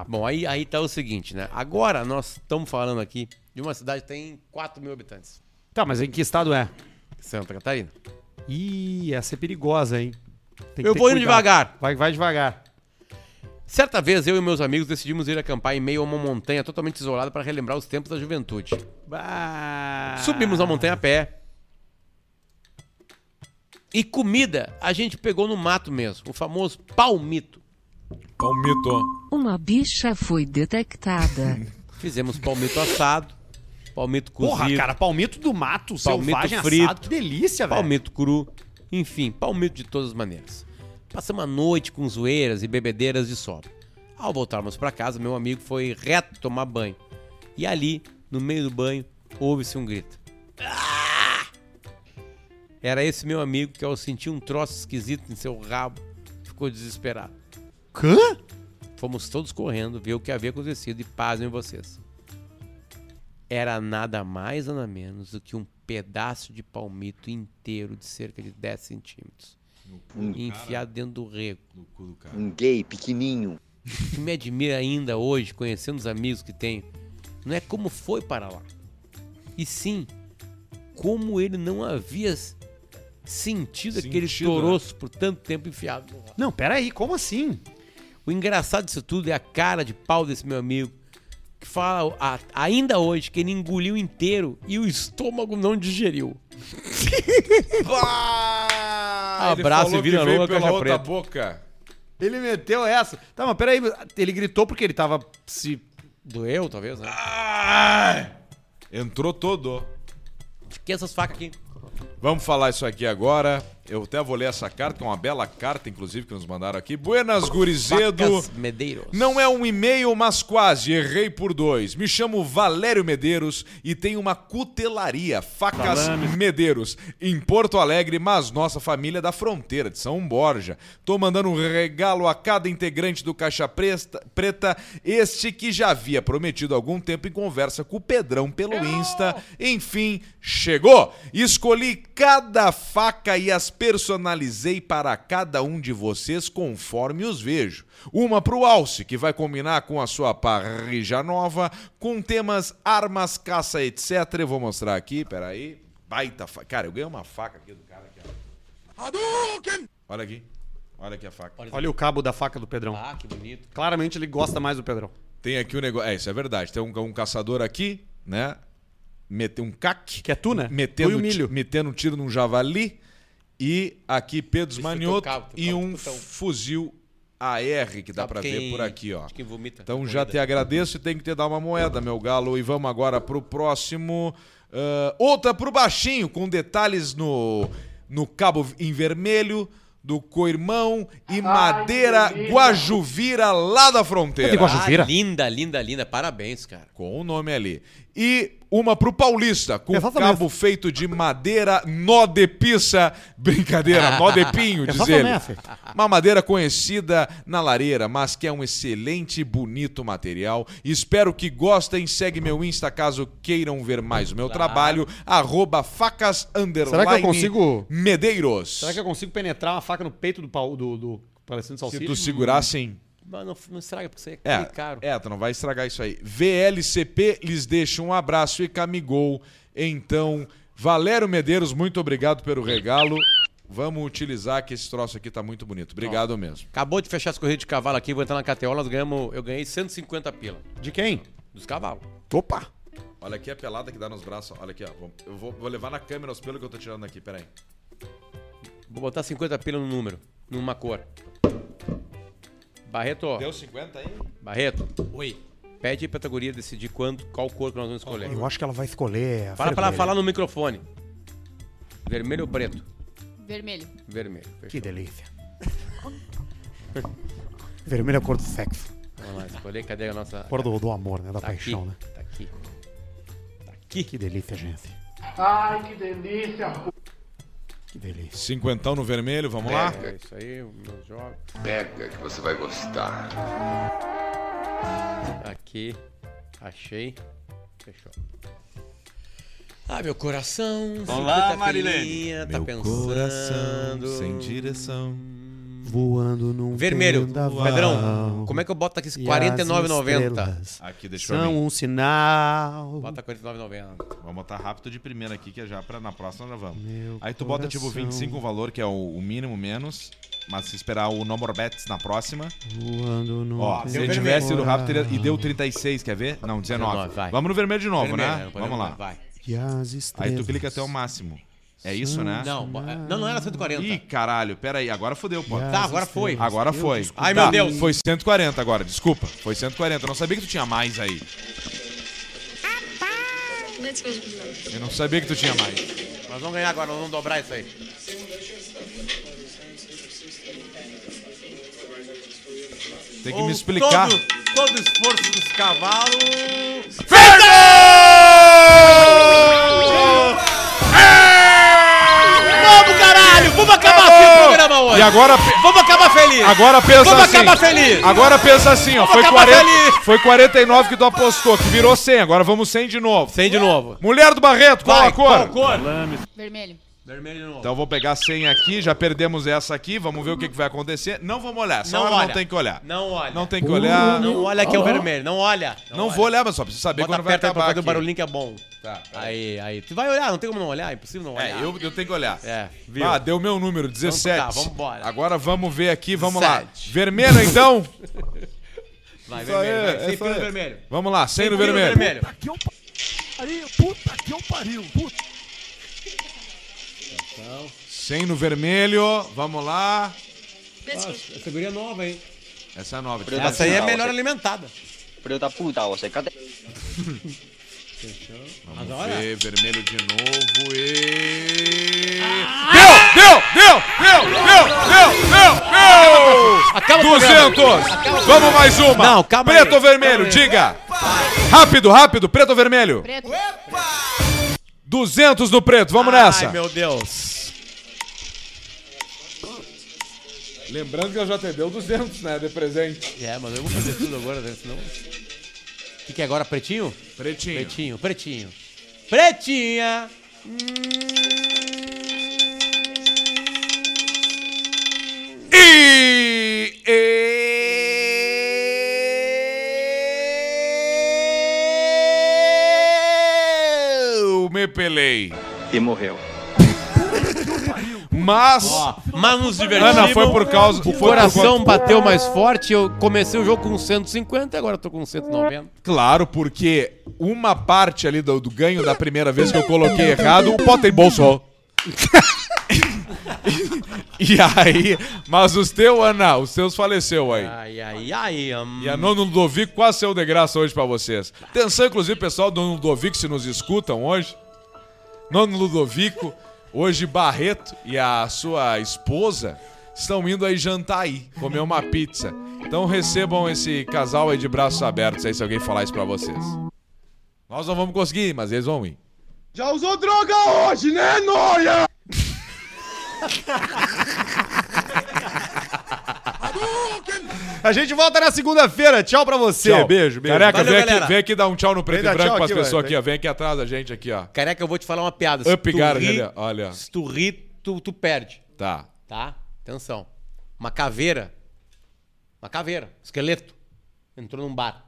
Bom, aí, aí tá o seguinte, né? Agora nós estamos falando aqui de uma cidade que tem 4 mil habitantes. Tá, mas em que estado é? Santa Catarina. Ih, essa é perigosa, hein? Tem que Eu ter vou indo cuidado. devagar. Vai, vai devagar. Certa vez, eu e meus amigos decidimos ir acampar em meio a uma montanha totalmente isolada para relembrar os tempos da juventude. Ah. Subimos a montanha a pé. E comida a gente pegou no mato mesmo, o famoso palmito. é um Palmito. Uma bicha foi detectada. Fizemos palmito assado, palmito cozido, Porra, cara, palmito do mato, Palmito selvagem frito. assado. Que delícia, velho. palmito cru, enfim, palmito de todas as maneiras. Passamos a noite com zoeiras e bebedeiras de sobra. Ao voltarmos para casa, meu amigo foi reto tomar banho. E ali, no meio do banho, houve-se um grito. Ah! Era esse meu amigo que ao sentir um troço esquisito em seu rabo, ficou desesperado. Hã? Fomos todos correndo ver o que havia acontecido e pasmem vocês. Era nada mais nada menos do que um pedaço de palmito inteiro de cerca de 10 centímetros. Hum, cu do enfiado dentro do rego. Um gay pequenininho. O que me admira ainda hoje, conhecendo os amigos que tenho, não é como foi para lá. E sim, como ele não havia s- sentido, aquele Sentido, né? toroço por tanto tempo enfiado. Não, peraí, como assim? O engraçado disso tudo é a cara de pau desse meu amigo, que fala a- ainda hoje que ele engoliu inteiro e o estômago não digeriu. Ah, Abraço e vira louca lua, caixa preta. boca. Ele meteu essa. Tá, mas peraí, ele gritou porque ele tava se. Doeu, talvez, né? Entrou todo. Fiquei essas facas aqui. Vamos falar isso aqui agora. Eu até vou ler essa carta, que é uma bela carta, inclusive, que nos mandaram aqui. Buenas, gurizedo. Facas Medeiros. Não é um e-mail, mas quase. Errei por dois. Me chamo Valério Medeiros e tenho uma cutelaria, Facas Salame. Medeiros, em Porto Alegre, mas nossa família é da fronteira, de São Borja. Tô mandando um regalo a cada integrante do Caixa Presta- Preta, este que já havia prometido há algum tempo em conversa com o Pedrão pelo Insta. Enfim, chegou! Escolhi cada faca e as personalizei para cada um de vocês conforme os vejo. Uma pro Alce, que vai combinar com a sua parrija nova, com temas armas, caça, etc. Eu vou mostrar aqui, peraí. Baita faca. Cara, eu ganhei uma faca aqui do cara. Aqui, ó. Olha aqui. Olha aqui a faca. Olha o cabo da faca do Pedrão. Ah, que bonito. Claramente ele gosta mais do Pedrão. Tem aqui o negócio. É, isso é verdade. Tem um, um caçador aqui, né? Mete um cac. Que é tu, né? Tu e Metendo, o ti- milho. metendo um tiro num javali. E aqui Pedro foi Manioto teu cabo, teu e cabo, um putão. fuzil AR que dá Sabe pra quem- ver por aqui, ó. de Quem vomita. Então já te agradeço e tem que te dar uma moeda, meu galo. E vamos agora pro próximo. Ah, outra pro baixinho, com detalhes no, no cabo em vermelho, do coirmão e madeira Guajuvira lá da fronteira. Ah, linda, linda, linda. Parabéns, cara. Com o nome ali. E uma pro Paulista, com Exatamente. cabo feito de madeira nó de pizza. Brincadeira, nó de pinho, diz ele. Exatamente. Uma madeira conhecida na lareira, mas que é um excelente e bonito material. Espero que gostem. Segue meu Insta caso queiram ver mais o Tá. meu Claro. trabalho. Arroba facas Será que eu consigo- Medeiros. Será que eu consigo penetrar uma faca no peito do pau do, do Palestino Se Salsicha? tu segurar, sim. Mas não, não estraga, porque isso É, é caro. é, tu não vai estragar isso aí. VLCP lhes deixa um abraço e camigou. Então, Valério Medeiros, muito obrigado pelo regalo. Vamos utilizar que esse troço aqui tá muito bonito. Obrigado mesmo. Acabou de fechar as corridas de cavalo aqui, vou entrar na KTO, nós ganhamos, eu ganhei 150 pila De quem? dos cavalos. Opa! Olha aqui a pelada que dá nos braços. Olha aqui, ó. Vou- Eu vou, vou levar na câmera os pelos que eu tô tirando aqui, peraí. Vou botar 50 pila no número, numa cor. Barreto, ó. Deu 50 aí? Barreto. Oi. Pede aí pra categoria decidir quando, qual cor que nós vamos escolher. acho que ela vai escolher. Fala pra ela falar no microfone. Vermelho ou preto? Vermelho. Vermelho. Que delícia. Vermelho é a cor do sexo. Vamos lá, escolher. Cadê a nossa... Cor do, do amor, né? Da Tá aqui, paixão, né? Tá aqui. Que, delícia, gente. Ai, que delícia, Que delícia. Cinquentão no vermelho, vamos lá? É isso aí, o meu jogo. Pega que você vai gostar. Aqui. Achei. Fechou. Ah, meu coração. Olá, 50 Marilene. pilinha, Tá Meu pensando. coração sem direção. Voando num Vermelho. vendaval. Pedrão, como é que eu boto aqui um E as 49,90? estrelas Aqui, deixa eu São um sinal. Bota 49,90. Vamos botar rápido de primeira aqui, que é já pra, na próxima nós vamos. Meu Aí tu bota tipo coração. 25 o valor, que é o, o mínimo menos. Mas se esperar o No More Bets na próxima. Voando num Ó, se ele vendaval. tivesse ido rápido teria- e deu 36, quer ver? Não, 19. 19, vai. Vamos no vermelho de novo, Vermelho, né? não podemos- Vamos lá. Vai. E as Aí estrelas. tu clica até o máximo. É isso, né? Não, bo- não, não era 140. Ih, caralho, pera aí, agora fodeu, pô. Tá, agora foi. Agora foi. Ai, meu Tá, Deus. Foi 140 agora, desculpa. Foi 140. Eu não sabia que tu tinha mais aí. Eu não sabia que tu tinha mais. Nós vamos ganhar agora, nós vamos dobrar isso aí. Tem que Ou me explicar. Todo, todo o esforço dos cavalos. Vamos, caralho! Vamos acabar esse programa hoje. E agora pe- Vamos acabar feliz. Agora pensa Vamos assim. acabar feliz. Agora pensa assim, ó. Vamos Foi, acabar 40, feliz. foi 49 que tu apostou, que virou 100. Agora vamos 100 de novo. 100 de novo. Mulher do Barreto, qual a cor? Vermelho. Vermelho não. Então eu vou pegar 100 aqui, já perdemos essa aqui, vamos ver o que, que vai acontecer. Não vamos olhar, essa Não hora olha. não tem que olhar. Não olha. Não tem que olhar. Não olha que é o vermelho. Não olha. Não, vou olhar, mas só preciso saber Bota quando vai perto aí pra acabar fazer o aqui. barulhinho que é bom. Tá, aí, aí. Tu vai olhar, não tem como não olhar. É impossível não olhar. É, eu, eu tenho que olhar. É, viu? Ah, deu meu número, 17. Então tá, vambora. Agora vamos ver aqui, vamos lá. 17. Vermelho, então. Vai, Isso aí, vermelho. vai. é Sem isso fio no aí. vermelho. Vamos lá, sem no fio no vermelho. Puta que eu pariu, puta que eu pariu, puta. Sem no vermelho, vamos lá. Nossa, essa guria é nova, hein? Essa é nova. Filho da Essa aí é puta, melhor você- alimentada. Filho da puta, você cadê? Vamos Agora? ver, vermelho de novo e... Ah! Deu, deu, deu, deu, deu, deu, deu, deu! 200! Vamos mais uma! Não, calma Preto ou vermelho, diga! Rápido, rápido, preto ou vermelho? Preto. 200 no preto, vamos nessa! Ai, meu Deus. Lembrando que ela já te deu 200, né, de presente. É, mas eu vou fazer tudo agora, né? Senão... O que, que é agora? Pretinho? Pretinho. Pretinho, pretinho. Pretinha! E... Eu me pelei. E morreu. Mas... Mas nos divertimos. Ana, foi por causa... O foi por coração conta- bateu mais forte. Eu comecei o jogo com 150 e agora eu tô com 190. Claro, porque uma parte ali do, do ganho da primeira vez que eu coloquei errado, o Potter bolsou. e aí, mas os teus, Ana, os teus faleceu aí. Ai, ai, ai. hum. E a Nono Ludovico quase saiu de graça hoje pra vocês. Atenção, inclusive, pessoal do Nono Ludovico, se nos escutam hoje. Nono Ludovico, hoje Barreto e a sua esposa estão indo aí jantar aí, comer uma pizza. Então recebam esse casal aí de braços abertos aí, se alguém falar isso pra vocês. Nós não vamos conseguir, mas eles vão ir. Já usou droga hoje, né, Noia? A gente volta na segunda-feira. Tchau pra você. Tchau, beijo, beijo. Careca, Valeu, vem, aqui, galera. vem aqui dar um tchau no Vem preto e dar branco tchau pras aqui, pessoas vai, aqui, ó. Vem aqui atrás da gente aqui, ó. Careca, eu vou te falar uma piada. Se Up tu Garden, ri- ali, olha. Se tu rir, tu, tu perde. Tá. Tá? Atenção. Uma caveira. Uma caveira. um Esqueleto. Entrou num bar.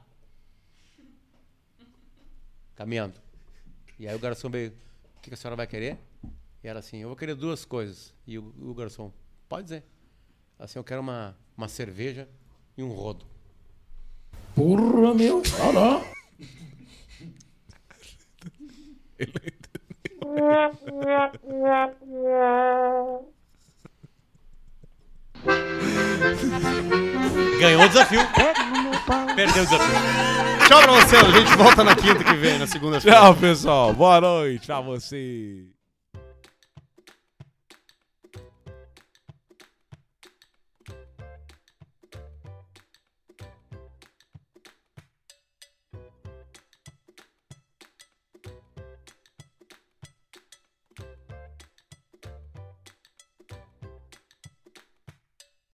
Caminhando. E aí o garçom veio. O que que a senhora vai querer? E ela assim, eu vou querer duas coisas. E o, o garçom, pode dizer. Ela Assim, eu quero uma, uma cerveja e um rodo. Porra, meu. Olha Ganhou o desafio. Perdeu o desafio. Tchau pra você. A gente volta na quinta que vem, na segunda-feira. Tchau, pessoal. Boa noite pra você.